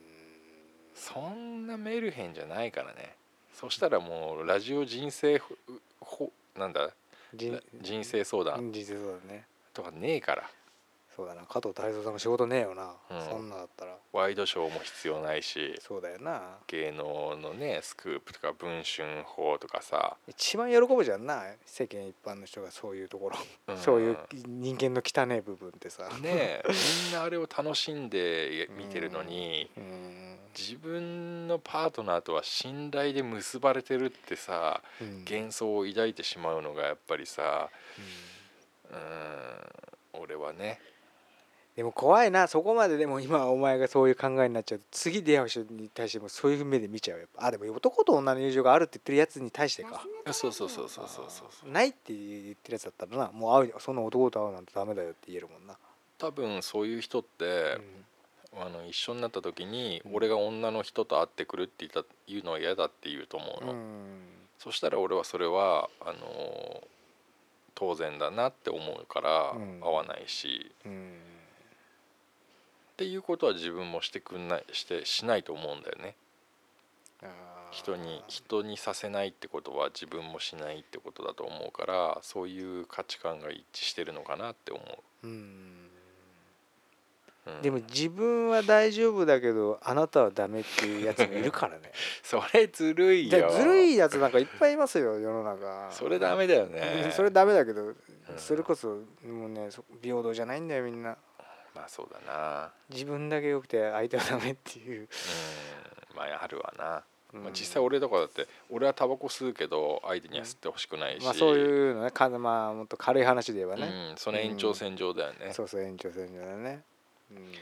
D: そんなメルヘンじゃないからねそしたらもうラジオ人生ほほなんだ
C: 人
D: 人生相談
C: 人生そうだね
D: とかねえから
C: そうだな加藤泰造さんも仕事ねえよな、
D: うん
C: そんなだったら
D: ワイドショーも必要ないし
C: そうだよな
D: 芸能のねスクープとか文春法とかさ
C: 一番喜ぶじゃんな世間一般の人がそういうところ、
D: うん
C: そういう人間の汚い部分ってさ
D: ねえみんなあれを楽しんで見てるのに
C: うん
D: 自分のパートナーとは信頼で結ばれてるってさ
C: うん
D: 幻想を抱いてしまうのがやっぱりさうーん俺はね
C: でも怖いなそこまででも今お前がそういう考えになっちゃうと次出会う人に対してもそういう目で見ちゃうよあでも男と女の友情があるって言ってるやつに対してか
D: そうそうそうそうそうそうそう
C: ないって言ってるやつだったらなもう会うそんな男と会うなんてダメだよって言えるもんな、
D: 多分そういう人っ
C: う
D: て、
C: ん
D: あの一緒になった時に
C: うん
D: 俺が女の人と会ってくるって言った言うのは嫌だって言うと思うの、そしたら俺はそれはあの当然だなって思うから
C: うん
D: 会わないし、っ
C: うんうん
D: ていうことは自分もしてくんないしてしないと思うんだよね
C: あー
D: 人に人にさせないってことは自分もしないってことだと思うからそういう価値観が一致してるのかなって思
C: うん
D: う、うん
C: でも自分は大丈夫だけどあなたはダメっていうやつもいるからね
D: それずる [LAUGHS] い
C: だ
D: よ
C: ずるいやつなんかいっぱいいますよ世の中
D: それダメだよ
C: うん
D: ね
C: それダメだけど、それこそもうねそ平等じゃないんだよみんな
D: まあそうだな
C: 自分だけ良くて相手はダメっていう、
D: うんまああるわな、
C: うん
D: まあ、実際俺とかだって俺はタバコ吸うけど相手には吸ってほしくないし、
C: まあそういうのねかまあもっと軽い話で言えばね、
D: うん、その延長線上だよね、
C: そうそう延長線上だねうん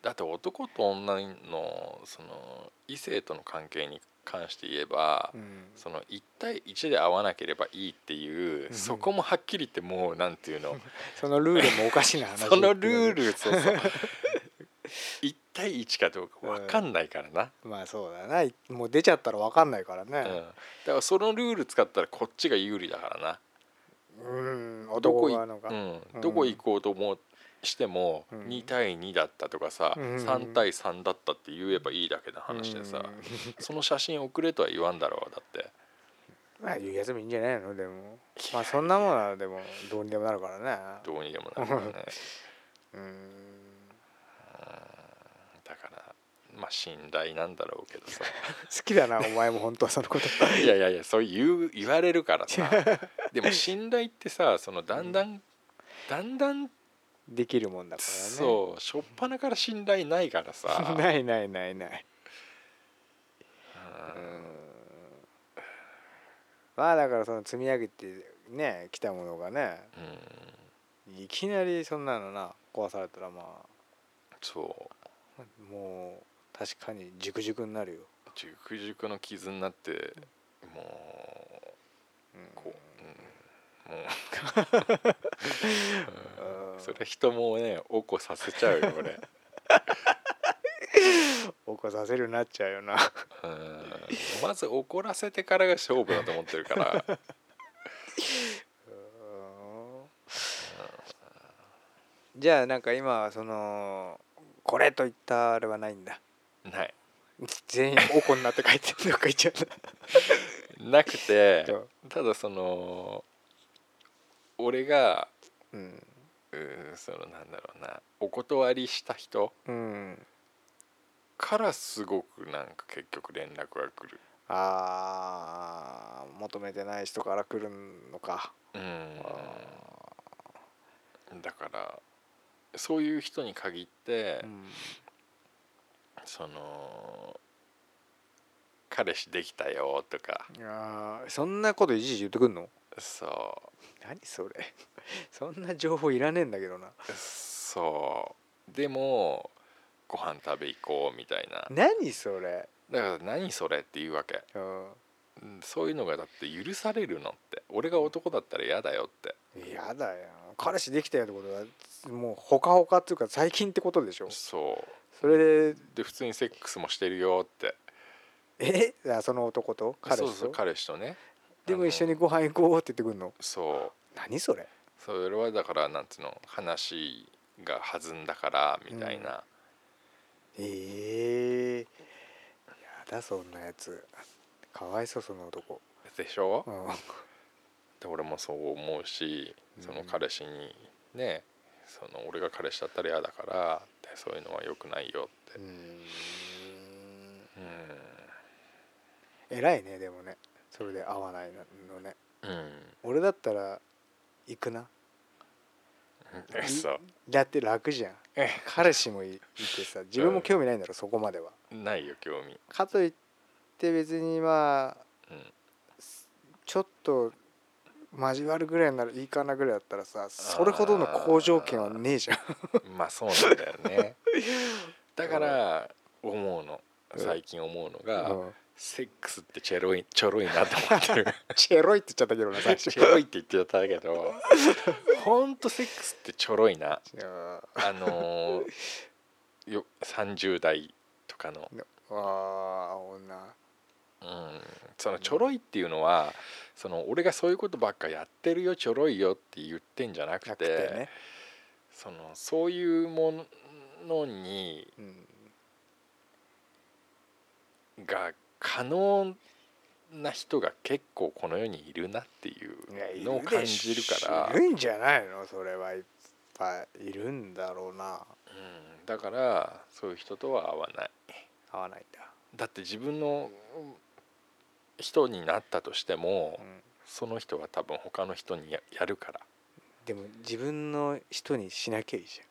D: だって男と女のその異性との関係に関して言えば、
C: うん
D: その1対1で会わなければいいっていう、
C: うん
D: そこもはっきり言ってもうなんていうの
C: そのルールもおかしな話
D: そのル
C: ル
D: ー
C: [LAUGHS]
D: ルそうそう1対1かどうか分かんないからな、
C: まあそうだなもう出ちゃったら分かんないから
D: うんだ
C: ね
D: からそのルール使ったらこっちが有利だからな
C: うん、
D: どこ
C: 男
D: い
C: 側のが、
D: う、
C: うんん
D: どこ行こうと思うしても
C: うん
D: 2対2だったとかさ、
C: うん
D: 3対3だったって言えばいいだけの話でさ、その写真送れとは言わんだろうだって
C: うんまあ言うやつもいいんじゃないのでもまあそんなものはでもどうにでもなるからね
D: どうにでもなるからね
C: うん
D: だからまあ信頼なんだろうけどさ [LAUGHS]
C: 好きだなお前も本当はそのこと
D: いやいやいやそう言う言われるか
C: [LAUGHS]
D: らさでも信頼ってさそのだんだんだんだん
C: できるもんだからね
D: そう初っ端から信頼ないからさ
C: [LAUGHS] ないないないないうんまあだからその積み上げてね来たものがね
D: うん
C: いきなりそんなのな壊されたらま
D: そう
C: あもう確かに熟々になるよ、
D: 熟熟の傷になっても
C: うん
D: うこう、うん、も
C: うん
D: うそれ人もねおこさせちゃうよ
C: [LAUGHS]
D: 俺
C: 起こさせるようになっちゃうよな
D: うんまず怒らせてからが勝負だと思ってるから
C: [LAUGHS] じゃあなんか今はそのこれといったあれはないんだ
D: ない
C: 全員おこになって帰ってどっか行っちゃう
D: なくて
C: そう
D: ただその俺が
C: なうん
D: うんそのなんだろうなお断りした人
C: うん
D: からすごくなんか結局連絡が来る、
C: あー求めてない人から来るのか
D: うん、だからそういう人に限って、
C: うん
D: その彼氏できたよとか
C: あーそんなこといちいち言ってくんの
D: そ
C: 何それ [LAUGHS] そんな情報いらねえんだけどな
D: うそうでもご飯食べ行こうみたいな
C: 何それ
D: だから何それっていうわけ
C: うん
D: うんそういうのがだって許されるのって俺が男だったら嫌だよって
C: やだよ彼氏できたよってことはもうほかほかっていうか最近ってことでしょ
D: そう
C: それで
D: で普通にセックスもしてるよって
C: えあその男と彼氏と
D: そうそう彼氏とね
C: でも一緒にご飯行こうって言ってくんの
D: そう
C: 何それ
D: それはだからなんつうの話が弾んだからみたいな、
C: ええやだそんなやつかわいそうその男
D: でしょ、
C: うん
D: で俺もそう思うし
C: うん
D: その彼氏にねその俺が彼氏だったら嫌だからでそういうのは良くないよって、
C: 偉いねでもねそれで合わないのね
D: うん
C: 俺だったら行くな
D: うん、そう
C: だって楽じゃん
D: え
C: 彼氏もいいてさ自分も興味ないんだろそこまでは
D: ないよ興味
C: かといって別にまあ
D: うん
C: ちょっと交わるぐらいになるいいかなぐらいだったらさそれほどの好条件はねえじゃん
D: まあそうなんだよ [LAUGHS] ねだから思うの
C: うん
D: 最近思うのが、
C: うん
D: セックスってチェロいちょろいなと思ってる
C: [LAUGHS] チェロいって言っちゃったけどな最初
D: [LAUGHS] チェロ
C: [LAUGHS]
D: いって言ってたけど [LAUGHS] ほんとセックスってちょろいな
C: うん
D: あのーよ30代とかの、
C: ああ女
D: うん、そのちょろいっていうのはその俺がそういうことばっかやってるよちょろいよって言ってんじゃなくて
C: なくてね、
D: そのそういうものに
C: うん、
D: が可能な人が結構この世にいるなっていうのを感じるから
C: いるんじゃないのそれはいっぱいいるんだろうな
D: うん、だからそういう人とは合わない
C: 合わないんだ、
D: だって自分のうん人になったとしても、
C: うん、
D: その人は多分他の人にややるから
C: でも自分の人にしなきゃいいじゃん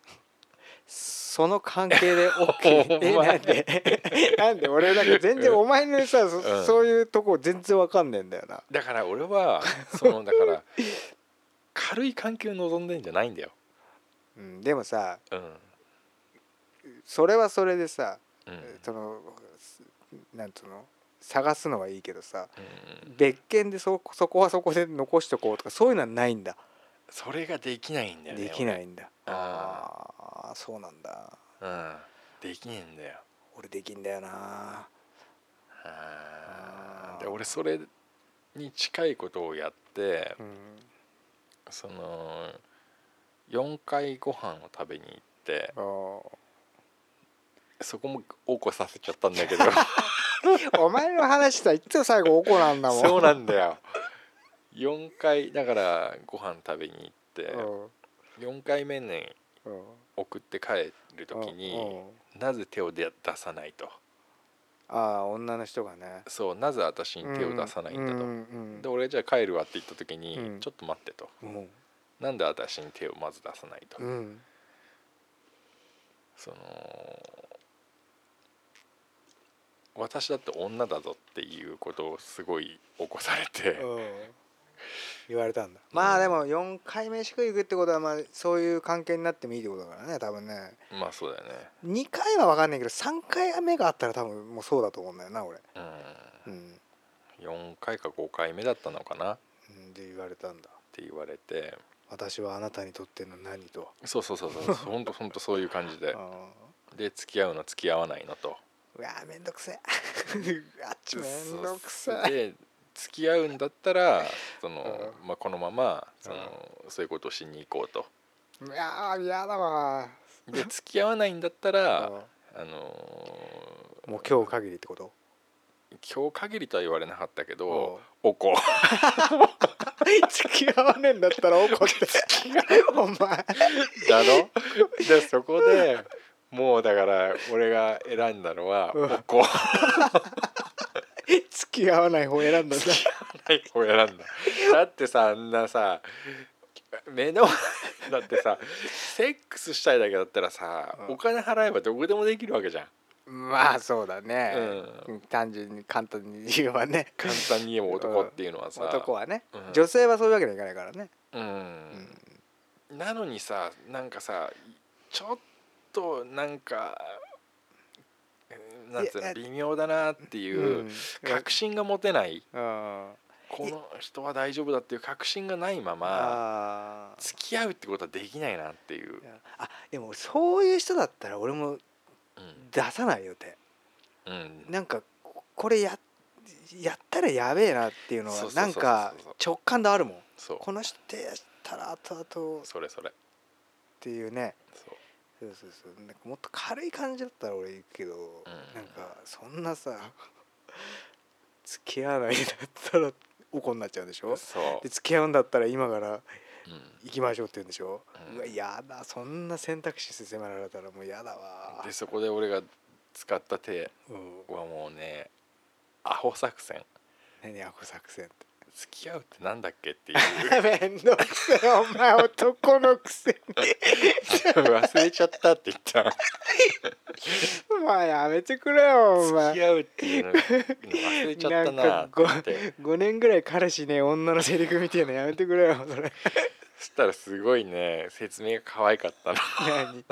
C: その関係で OK え
D: [LAUGHS] お前
C: なんでなんで [LAUGHS] 俺なんか全然お前のさ、そ
D: うん
C: そういうとこ全然わかんねえんだよな
D: だから
C: [LAUGHS]
D: 俺はそのだから軽い関係を望んでんじゃないんだよ、
C: うん、でもさ
D: うん
C: それはそれでさ、
D: うん
C: そのなんつうの探すのはいいけどさ
D: うん、
C: 別件でそそこはそこで残しとこうとかそういうのはないんだ
D: それができないんだよね、
C: できないいんだ
D: 俺
C: ああーそうなんだ
D: うん、できねえんだよ
C: 俺できんだよな
D: あ
C: あ
D: ー
C: ー
D: で俺それに近いことをやって
C: うん
D: その4回ご飯を食べに行って
C: あー
D: そこもおこさせちゃったんだけ
C: [LAUGHS]
D: ど
C: お前の話さいつも最後おこなんだもん
D: そうなんんだよ4回だからご飯食べに行って4回目に送って帰る時になぜ手を出出さないと
C: ああ女の人がね
D: そうなぜ私に手を出さないんだ
C: う
D: と。
C: ん
D: で俺じゃあ帰るわって言った時に、
C: うん
D: ちょっと待ってと
C: うん
D: なんで私に手をまず出さないと、
C: うん
D: その私だって女だぞっていうことをすごい起こされて、
C: うん言われたんだまあでも4回目しく行くってことはまあそういう関係になってもいいってことだからね多分ね
D: まあそうだよね
C: 2回は分かんないけど3回目があったら多分もうそうだと思うんだよな俺
D: う
C: うん
D: ん4回か5回目だったのかなっ
C: うんで言われたんだ
D: て言われて
C: 私はあなたにとっての何と
D: そうそうそう
C: [LAUGHS]
D: そうほんとほんとそういう感じで
C: う
D: で付き合うの付き合わないのと
C: んうわめんどく [LAUGHS] せえうわっちめんどくさい
D: で付き合うんだった [LAUGHS] らその、まあ、このままその、そういうことをしに行こう [LAUGHS] と
C: うわー嫌だわ
D: で付き合わないんだったら、
C: うん
D: あのー
C: もう今日限りってこと
D: 今日限りとは言われなかったけ
C: お
D: ど
C: う
D: おこ
C: [LAUGHS] 付き合わねえんだったら怒って [LAUGHS] お前
D: [LAUGHS] だ [LAUGHS] ろでそこでもうだから俺が選んだのは
C: うん
D: おこ
C: 付き合わない方選んだんだ
D: ない方を選んだ [LAUGHS] だってさあんなさ目の前だってさセックスしたいだけだったらさ
C: うん
D: お金払えばどこでもできるわけじゃん
C: まあそうだね、
D: う
C: 単純に簡単に言えばね
D: 簡単に言えば男っていうのはさ
C: 男はね、
D: うん
C: 女性はそういうわけにはいかないからね
D: うん、なのにさなんかさちょっとなんかうんなんつう
C: いや
D: の微妙だなっていう確信が持てない
C: うん
D: この人は大丈夫だっていう確信がないまま
C: あー
D: 付き合うってことはできないなっていう
C: い、やあでも俺そういう人だったら俺も
D: う
C: 出さないよって
D: んうん
C: なんかこれややったらやべえなっていうの
D: そう
C: は
D: そ
C: な
D: うそ
C: ん
D: うそう
C: か直感であるもん
D: そう
C: この人手やったら後々っ
D: それそれ
C: ていうね
D: そ
C: そ
D: う
C: うそうそうなんかもっと軽い感じだったら俺行くけど、
D: ん
C: なんかそんなさ付き合わないんだったらおこになっちゃうんでしょ
D: そう
C: で付き合うんだったら今から
D: うん
C: 行きましょうって言うんでしょ、
D: う
C: うんわやだそんな選択肢迫られたらもうやだわ
D: でそこで俺が使った手
C: うん
D: はもうねアホ作戦
C: 何アホ作戦って [LAUGHS]
D: 付き合うってなんだっけっていう
C: めんどくせえお前男のくせ
D: [LAUGHS] 忘れちゃったって言った
C: にまあやめてくれよお
D: 付き
C: 前
D: 合うっていうの忘れちゃったなって言って
C: 5年ぐらい彼氏ね女のセリフみたいなのやめてくれよそ
D: [LAUGHS]
C: れ
D: そしたらすごいね説明が可愛かったの [LAUGHS]
C: 何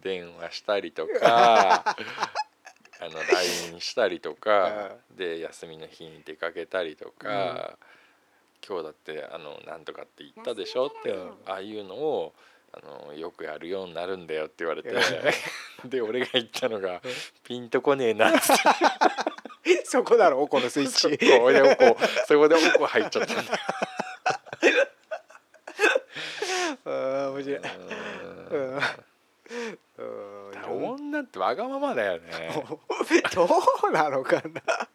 D: 電話したりと [LAUGHS] かあの LINE したりとかで休みの日に出かけたりとか、今日だってあのなんとかって言ったでしょって
C: うん
D: ああいうのをあのよくやるようになるんだよって言われて [LAUGHS] で俺が言ったのがピンとこねえなっ
C: [LAUGHS]
D: て
C: そこだろおこのスイッ
D: [LAUGHS] そ
C: チ
D: こでおこ [LAUGHS] そこでおこ入っちゃったんだ
C: あー面白い
D: う
C: う
D: ん
C: ん
D: だから女ってわがままだよね
C: どう [LAUGHS] なのかな
D: だか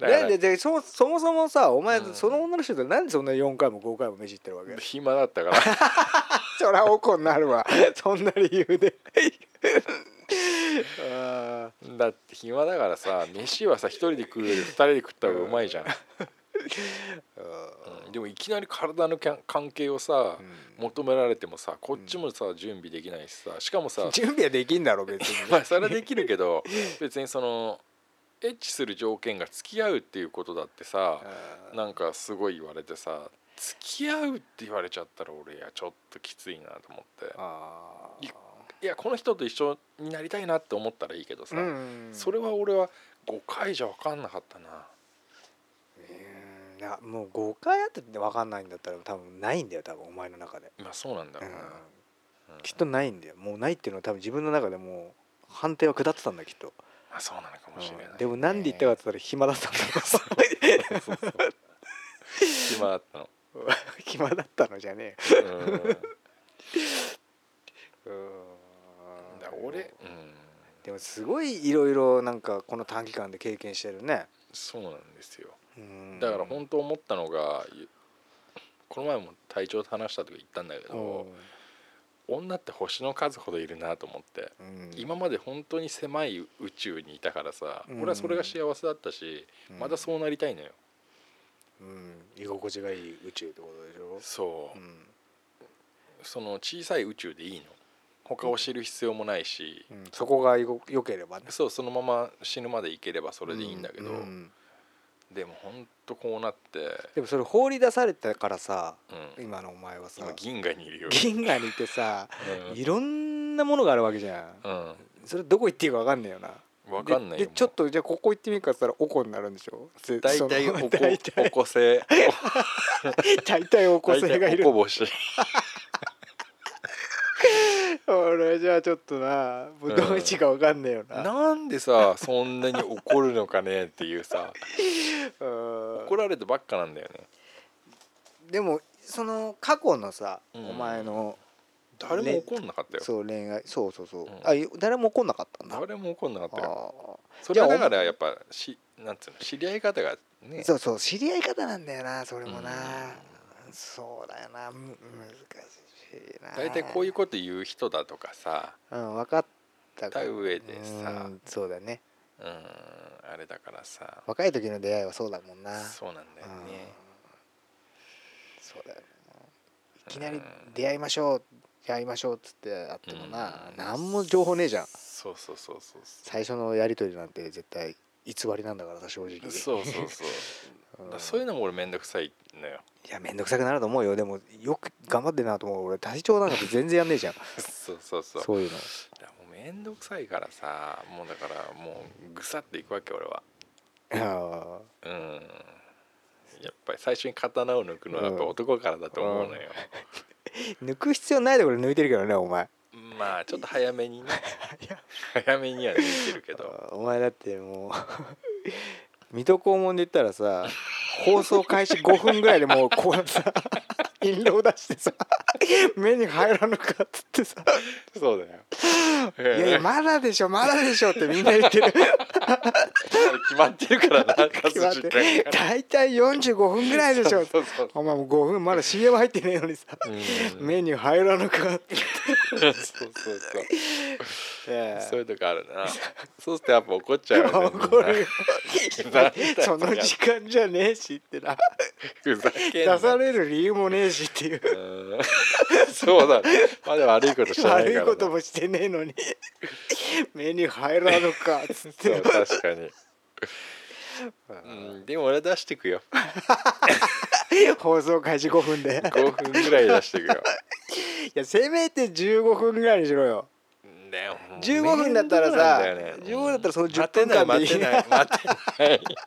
D: ら
C: なんででそそもそもさお前
D: うん
C: その女の人となんでそんな4回も5回も飯行ってるわけ
D: 暇だったから
C: [LAUGHS]
D: [LAUGHS]
C: そりゃおこになるわそんな理由
D: [LAUGHS]
C: であ
D: だって暇だからさ飯はさ一人で食うより二人で食った方がうまいじゃん、
C: ー
D: うんでもいきなり体のきゃ関係をさ、
C: うん
D: 求められてもさこっちもさ準備できないしさしかもさ
C: 準備はできんだろ別に
D: まあそれはできるけど [LAUGHS] 別にそのエッチする条件が付き合うっていうことだってさ
C: あ
D: なんかすごい言われてさ付き合うって言われちゃったら俺いやちょっときついなと思っ
C: あー
D: ていやこの人と一緒になりたいなって思ったらいいけどさ、
C: うん
D: それは俺は5回じゃ分かんなかったな。
C: うんいやもう5回やってて分かんないんだったら多分ないんだよ多分お前の中で、
D: まあそうなんだ
C: う
D: ろ
C: ん
D: うな、うん
C: きっとないんだよもうないっていうのは多分自分の中でもう判定は下ってたんだきっと
D: まあそうなのかもしれない、
C: うんでもなんで言ったかって言ったら暇だったんだろ
D: ねそうそうそう暇だったの、
C: [LAUGHS] 暇だったのじゃね
D: うん、だか
C: えよ
D: ら俺、うん、
C: でもすごいいろいろなんかこの短期間で経験してるね
D: そうなんですよ
C: うん
D: だから本当思ったのがこの前も隊長と話した時言ったんだけど女って星の数ほどいるなと思って
C: うん
D: 今まで本当に狭い宇宙にいたからさ
C: うん
D: 俺はそれが幸せだったし
C: うん
D: またそうなりたいのよ
C: うん居心地がいい宇宙ってことでしょ
D: そう
C: うん
D: その小さい宇宙でいいの他を知る必要もないし、
C: うんそこがよ良ければね
D: そうそのまま死ぬまでいければそれでいいんだけど、
C: ううん
D: でもほんとこうなって、
C: でもそれ放り出されたからさ
D: うん、
C: 今のお前はさ
D: 今銀河にいるよ、
C: 銀河にいてさ
D: うん
C: いろんなものがあるわけじゃん
D: うん
C: それどこ行っていいか分かんねえよな
D: わかんない
C: で
D: よ
C: でちょっとじゃあここ行ってみるかっつったらおこになるんでしょぜ
D: 大
C: その
D: 体おこ
C: 大
D: お
C: 体
D: こせ
C: 大体おこ
D: 大
C: 性がい
D: 体
C: る
D: おこぼし
C: 俺じゃあちょっとなもうどっちか分かんねえよな、
D: なんでさそんなに怒るのかねっていうさ
C: うん
D: 怒られてばっかなんだよね
C: でもその過去のさ、
D: うん
C: お前の
D: 誰も
C: ね
D: 怒んなかったよ
C: そう恋愛そうそうそう、
D: ん
C: あい誰も怒んなかったんだ
D: 誰も怒んなかったよ
C: あ
D: それはだからやっぱしなんつうの知り合い方がね
C: ーそうそう知り合い方なんだよなそれもな、そうだよなむ難しいな
D: 大体こういうこと言う人だとかさ
C: うん分かった
D: た上でさ
C: うんそうだね
D: うんあれだからさ
C: 若い時の出会いはそうだもんなそう
D: そうなんだよね
C: だよないきなり出会いましょう出会いましょうっつってあってもな、
D: うん
C: なん、何も情報ねえじゃん
D: そうそうそうそうそ
C: 最初のやり取りなんて絶対偽りなんだからさ正直
D: う [LAUGHS] そうそうそうだからそういうのも俺めんどくさいのよ [LAUGHS]
C: いやめんどくさくなると思うよでもよく頑張ってんなと思う俺体調なんかって全然やんねえじゃん
D: そうそうそう
C: そういうの
D: いやもうめんどくさいからさもうだからもうぐさっていくわけ俺は
C: あ
D: うんやっぱり最初に刀を抜くのはやっぱ男からだと思うのよ、
C: ー抜く必要ないところで抜いてるけどねお前
D: まあちょっと早め [LAUGHS] にね早めには抜いてるけど
C: あーお前だってもう水戸黄門で言ったらさ放送開始5分ぐらいでもうこう
D: [LAUGHS]
C: さ陰謀出してさ目に入らぬかっつってさ「
D: [LAUGHS] そうだよ
C: い
D: [LAUGHS]
C: やいやまだでしょまだでしょ」ってみんな言ってる
D: 決まってるからな
C: 決まっ
D: 数時
C: て
D: 間が
C: 大体45分ぐらいでしょ
D: そうそうそ
C: お前もう5分まだ CM 入ってねえのにさ
D: ううん [LAUGHS]
C: 目に入らぬかって
D: そうそうそう
C: え
D: そういうとこあるなそうするとやっぱ怒っちゃうよね
C: [LAUGHS]
D: みんな
C: 怒る
D: [LAUGHS]
C: よ
D: なんだよ
C: その時間じゃねえしってな
D: ふざ [LAUGHS] けんな
C: 出される理由もねえしっていう
D: うーんそうだねまだ悪いことしてないから
C: 悪
D: ね
C: いこともしてねえのに [LAUGHS] 目に入らぬかっつっ
D: そう
C: て
D: 確かにうんでも俺出してくよ
C: 放送開始5分で
D: 5分ぐらい出してくよ
C: いやせめて15分ぐらいにしろよ
D: ねもう
C: 15分だったらさ
D: 面倒なんだよね
C: 15分だったらその
D: うん
C: 10分間でいい
D: 待てない待てない待て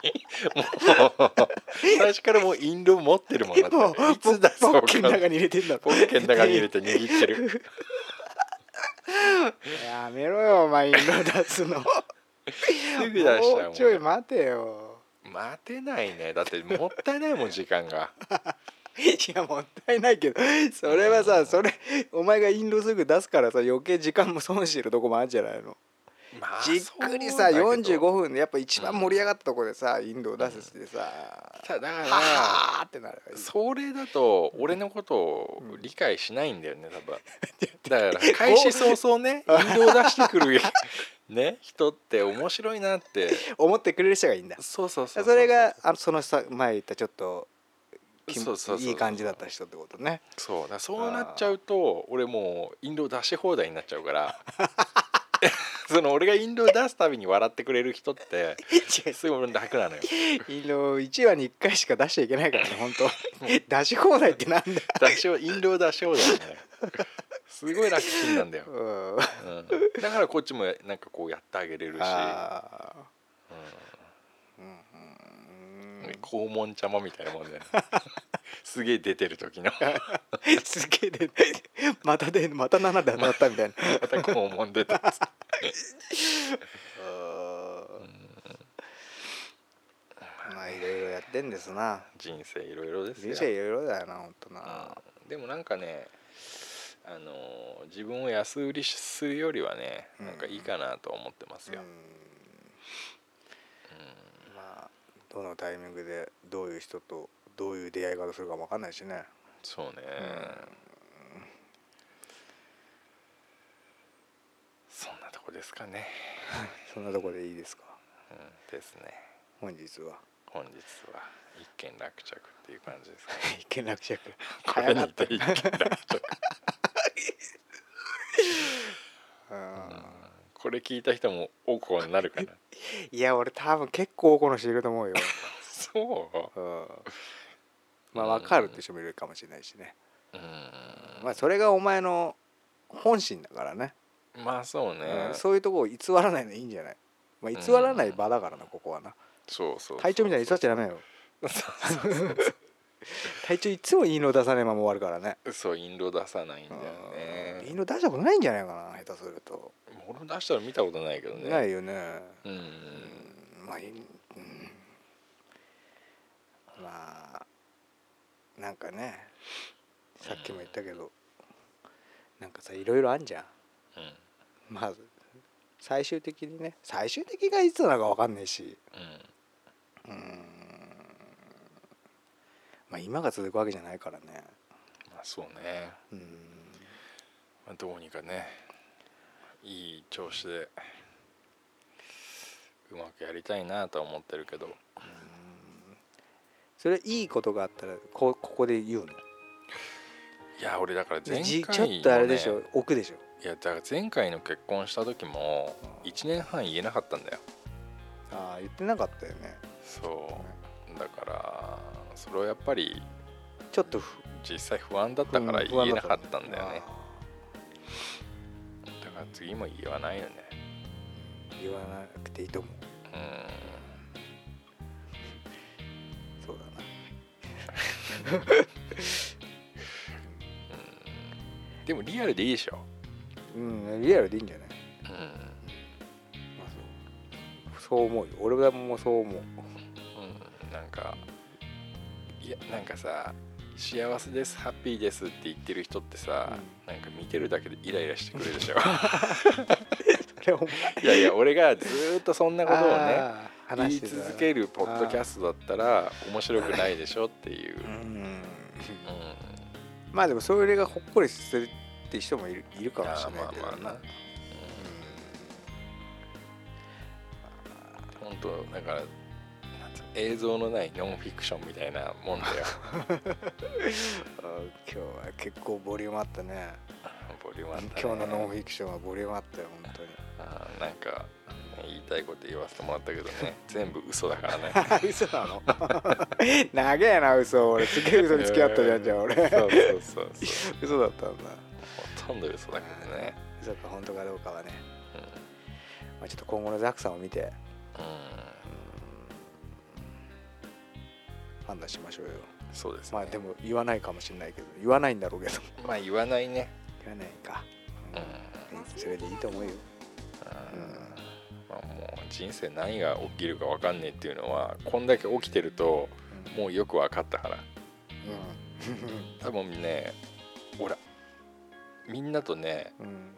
D: ないもう最初からもう印籠持ってるもん
C: [LAUGHS]
D: な
C: もう
D: っていつ出そう
C: ポッ
D: か
C: ケの中に入れてんだ
D: ポッケの中に入れて握ってる
C: [LAUGHS] やめろよお前色出すのも
D: [LAUGHS] すぐ出しちゃうもん
C: うちょい待てよ
D: 待てないねだってもったいないもん時間が
C: [LAUGHS] いやもったいないけどそれはさそれお前がインドすぐ出すからさ余計時間も損してるとこもあるんじゃないの
D: まあ
C: じっくりさ
D: そうだけ
C: 45
D: ど
C: 分でやっぱ一番盛り上がったとこでさインドを出すってさ
D: ただから
C: はーってなる
D: それだと俺のことを理解しないんだよね多分だから開
C: 開
D: 始
C: 始
D: 早
C: [LAUGHS]
D: 々ね引導出してくるね人って面白いなって
C: 思ってくれる人がいいんだ
D: そうそうそう
C: それがあのそのさ前言ったちょっとき
D: そうそうそう
C: いい感じだった人ってこと
D: [LAUGHS]
C: ね
D: そうだからそうなっちゃうと俺もう引導出し放題になっちゃうから [LAUGHS] その俺が引導出すたびに笑ってくれる人ってすごい俺楽なのよ
C: インド1話に1回しか出しちゃいけないからね本
D: [LAUGHS]
C: 当出し放題ってなんだ
D: 出し引導出し放題なのよすごい楽ちんなんだよ、
C: うん
D: うん、だからこっちもなんかこうやってあげれるし
C: あー
D: 肛門ちゃまみたいなもんだよねすげえ出てる時の [LAUGHS]
C: すげえでまたでまた7で当たったみたいな
D: また肛門出てるっつって
C: まあいろいろやってんですな
D: 人生いろいろですよ
C: 人生いろいろだよな本当な
D: うんでもなんかねあのー自分を安売りするよりはね
C: うん
D: なんかいいかなと思ってます
C: うん
D: よ、
C: まあどのタイミングでどういう人とどういう出会い方するかもわかんないしね
D: そうね、そんなとこですかね、
C: そんなとこでいいですか
D: うん、ですね
C: 本日 [LAUGHS] は
D: 本日は一件落着っていう感じですかね
C: 一見落着
D: これ
C: [LAUGHS] 早かっ
D: に
C: た
D: て一件落着
C: うん
D: これ聞いた人もおこになるか
C: [LAUGHS]
D: な
C: いや俺多分結構この人いると思うよ、
D: そう
C: うん、まあ分かるって人もいるかもしれないしね
D: うん
C: まあそれがお前の本心だからね
D: まあそうね、
C: うん
D: そ
C: そういうとこを偽らないのいいんじゃない、まあ、偽らない場だからなここはな
D: うそう
C: 隊長みたいに偽っちゃダメよ隊長いつもいいの出さねえまま終わるからね
D: そうインド出さないんだよ
C: いい
D: ね
C: の出したことないんじゃないかな下手すると、
D: 俺も出したの見たことないけどね
C: ないよね
D: うん
C: まあいいうんまあなんかねさっきも言ったけど、なんかさいろいろあんじゃん
D: うんうん
C: まず最終的にね最終的がいつなのか分かんないしうーんまあ今が続くわけじゃないからね
D: まあそうね、
C: うーん
D: まあ、どうにかねいい調子でうまくやりたいなとは思ってるけど
C: それいいことがあったらこここで言うの
D: いや俺だから前回
C: じ
D: の、ね、
C: ちょっとあれでしょ置くでしょ
D: いやだから前回の結婚した時も1年半言えなかったんだよ
C: ああ言ってなかったよね
D: そうだからそれはやっぱり
C: ちょっとふ
D: 実際不安だったから
C: うん
D: 言えなかったんだよね
C: あ
D: だから次も言わないよね
C: あ言わなくていいと思う
D: う
C: そうだなん
D: でもリアルでいいでしょ
C: うんリアルでいいんじゃない、
D: うん
C: まあ、そうそう思うよ俺はもうそう思う
D: うんなんかいやなんかさ幸せですハッピーですって言ってる人ってさ、なんか見てるだけでイライラしてくるで
C: [LAUGHS]
D: しょ
C: それお前
D: いやいや俺がずーっとそんなことをね
C: ああ
D: 言
C: 話
D: い
C: してた
D: 続けるポッドキャストだったら面白くないでしょっていう、
C: う
D: うん
C: ん
D: う
C: まあでもそれがほっこりするって人もいるいるか
D: ん、
C: もし
D: あ
C: れな
D: ー
C: い
D: まあ
C: けど
D: まあ
C: な
D: な本当だからなんつうの映像のないノンフィクションみたいなもんだ
C: [LAUGHS]
D: よ
C: あ今日は結構ボリュームあったね
D: ボリュームあったね
C: 今日のノンフィクションはボリュームあったよ本当に
D: あーなんか言いたいこと言わせてもらったけど
C: [LAUGHS]
D: ね全部嘘だからね
C: 嘘なの [LAUGHS] 長えな嘘俺すげえ嘘に付き合ったじゃんじゃあ
D: えー
C: 俺
D: そうそうそうそう
C: [LAUGHS] 嘘だったんだ
D: ほとんど嘘だけどね
C: 嘘か本当かどうかはね、まあ、ちょっと今後のザクさんを見て
D: うん
C: 判断しましょうよ
D: そうですね
C: まあでも言わないかもしれないけど言わないんだろうけど
D: ま [LAUGHS] あ言わないね
C: 言わないか、
D: うん
C: うんそれでいいと思うよ
D: まあもう人生何が起きるか分かんねえっていうのはこんだけ起きてるともうよく分かったから多分ね俺みんなとね
C: うん、うん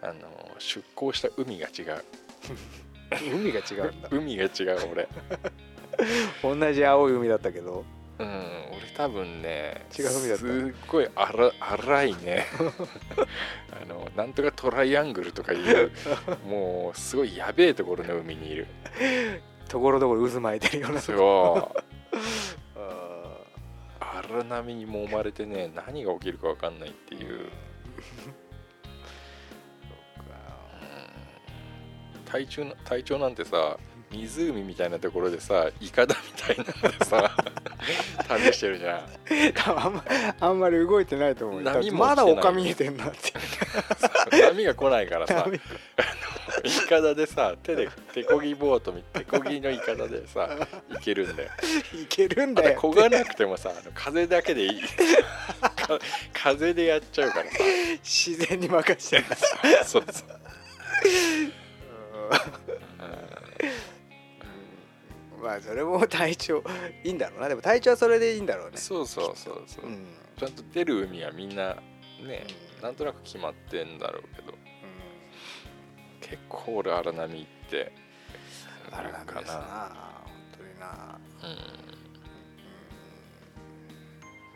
D: あの出航した海が違う
C: 海が違うんだ
D: 海が違う俺
C: 同じ青い海だったけど
D: うん俺多分ね
C: 違う海だった
D: すっごい荒荒いね [LAUGHS] あのなんとかトライアングルと
C: [LAUGHS]
D: かいうもうすごいやべえところの海にいる
C: ところどころ渦巻いてるような
D: そう
C: あ
D: 荒波に揉まれてね何が起きるか分かんないっていう体調な体調なんてさ湖みたいなところでさイカダみたいなので
C: [LAUGHS]
D: さ旅してるじゃん
C: ー多分あんまあんまり動いてないと思うよ
D: 波も
C: まだ
D: 来てない
C: 丘見えてんな
D: [LAUGHS]
C: って
D: 波が来ないからさ
C: 波
D: イカダでさ手で手こぎボートみ手こぎのイカダでさ行けるんだよ
C: いけるん
D: ま
C: だ
D: だ
C: よ
D: こがなくてもさあの風だけで [LAUGHS] いいか風でやっちゃうから
C: 自然に任せてんだ
D: さそうそう
C: まあそれも体調いいんだろうなでも体調はそれでいいんだろうね
D: そうそうそうそう、
C: うん、うん
D: ちゃんと出る海はみんなねなんとなく決まってんだろうけど結構俺荒波行って
C: あれなんか
D: か
C: な
D: な
C: 本当にな
D: うん、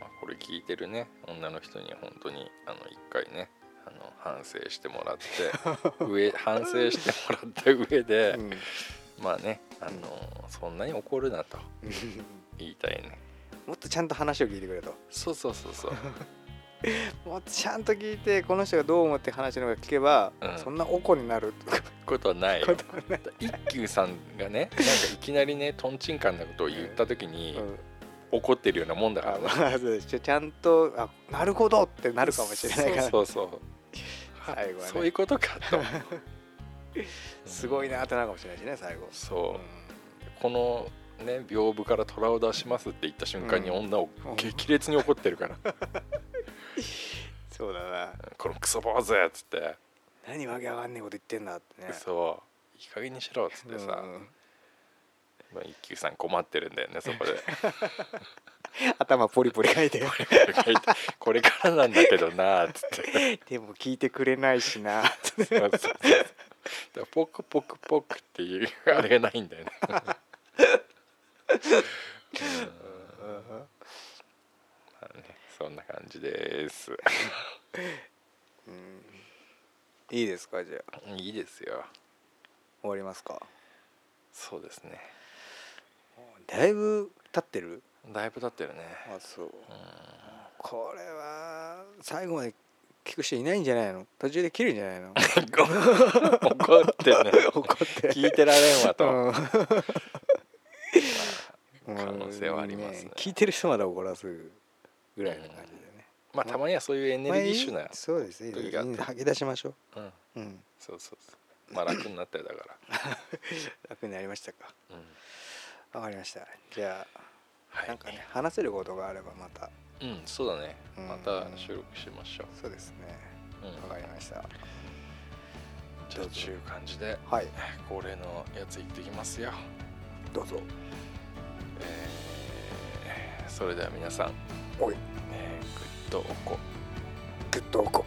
D: まあ、これ聞いてるね女の人に本当にあの一回ねあの反省してもらっ
C: [LAUGHS]
D: て上反省してもらった上で、
C: うん
D: まあねあのそんなに怒るなと言いたいね
C: [LAUGHS] もっとちゃんと話を聞いてくれと
D: そうそうそうそう
C: もっとちゃんと聞いてこの人がどう思って話のが聞けば、
D: うん
C: そんなおこになるとか
D: ことはないよ
C: ことはない、
D: 一休さんがねなんかいきなりねとんちんかんなことを言った時に
C: うん、
D: 怒ってるようなもんだから
C: あ
D: ね
C: まあそうですちゃんとあなるほどってなるかもしれないから
D: そうそうそう
C: 最後はね
D: そういうことかと
C: [LAUGHS] すごいなってなるかもしれないしね最後
D: そう、このね屏風から虎を出しますって言った瞬間に
C: うん
D: 女を
C: うん
D: 激烈に怒ってるから [LAUGHS]
C: そうだな
D: 「このクソ坊主!」っつって
C: 何わけわかんねえこと言ってんだって
D: 「
C: ね
D: そういい加減にしろ」っつってさ、
C: うん
D: まあ一休さん困ってるんだよねそこで [LAUGHS]
C: 頭ポリポリ書いて
D: これからなんだけどなっつって [LAUGHS]
C: でも聞いてくれないしな
D: そうそうそうだからポクポクポクっていうあれがないんだよね [LAUGHS] まあねそんな感じです
C: [LAUGHS] いいですかじゃあ
D: いいですよ
C: 終わりますか
D: そうですね
C: だいぶ経ってる
D: だいぶ経ってるね
C: あそうこれは最後まで聞く人いないんじゃないの途中で切るんじゃないの
D: [LAUGHS] 怒ってね
C: 怒って
D: 聞いてられんわと、 [LAUGHS]
C: うん
D: 可能性はありますね
C: 聞いてる人まだ怒らすぐらいの感じでね
D: まあたまにはそういうエネルギッシュな、
C: そうですね
D: 時があって
C: 吐き出しましょ
D: うん、
C: う、うん、
D: そうそうそうまあ楽になったよだから
C: 楽になりましたか
D: うん
C: わかりましたじゃあ
D: はい
C: なんかね話せることがあればまた
D: うんそうだね
C: うん
D: また収録しましょ
C: そうですね
D: う、うん、
C: わかりました
D: じゃあちゅう感じで
C: はい
D: 恒例のやつ行ってきますよ
C: どうぞ
D: それでは皆さん、
C: おい
D: えー、グッドおこ
C: グッドおこ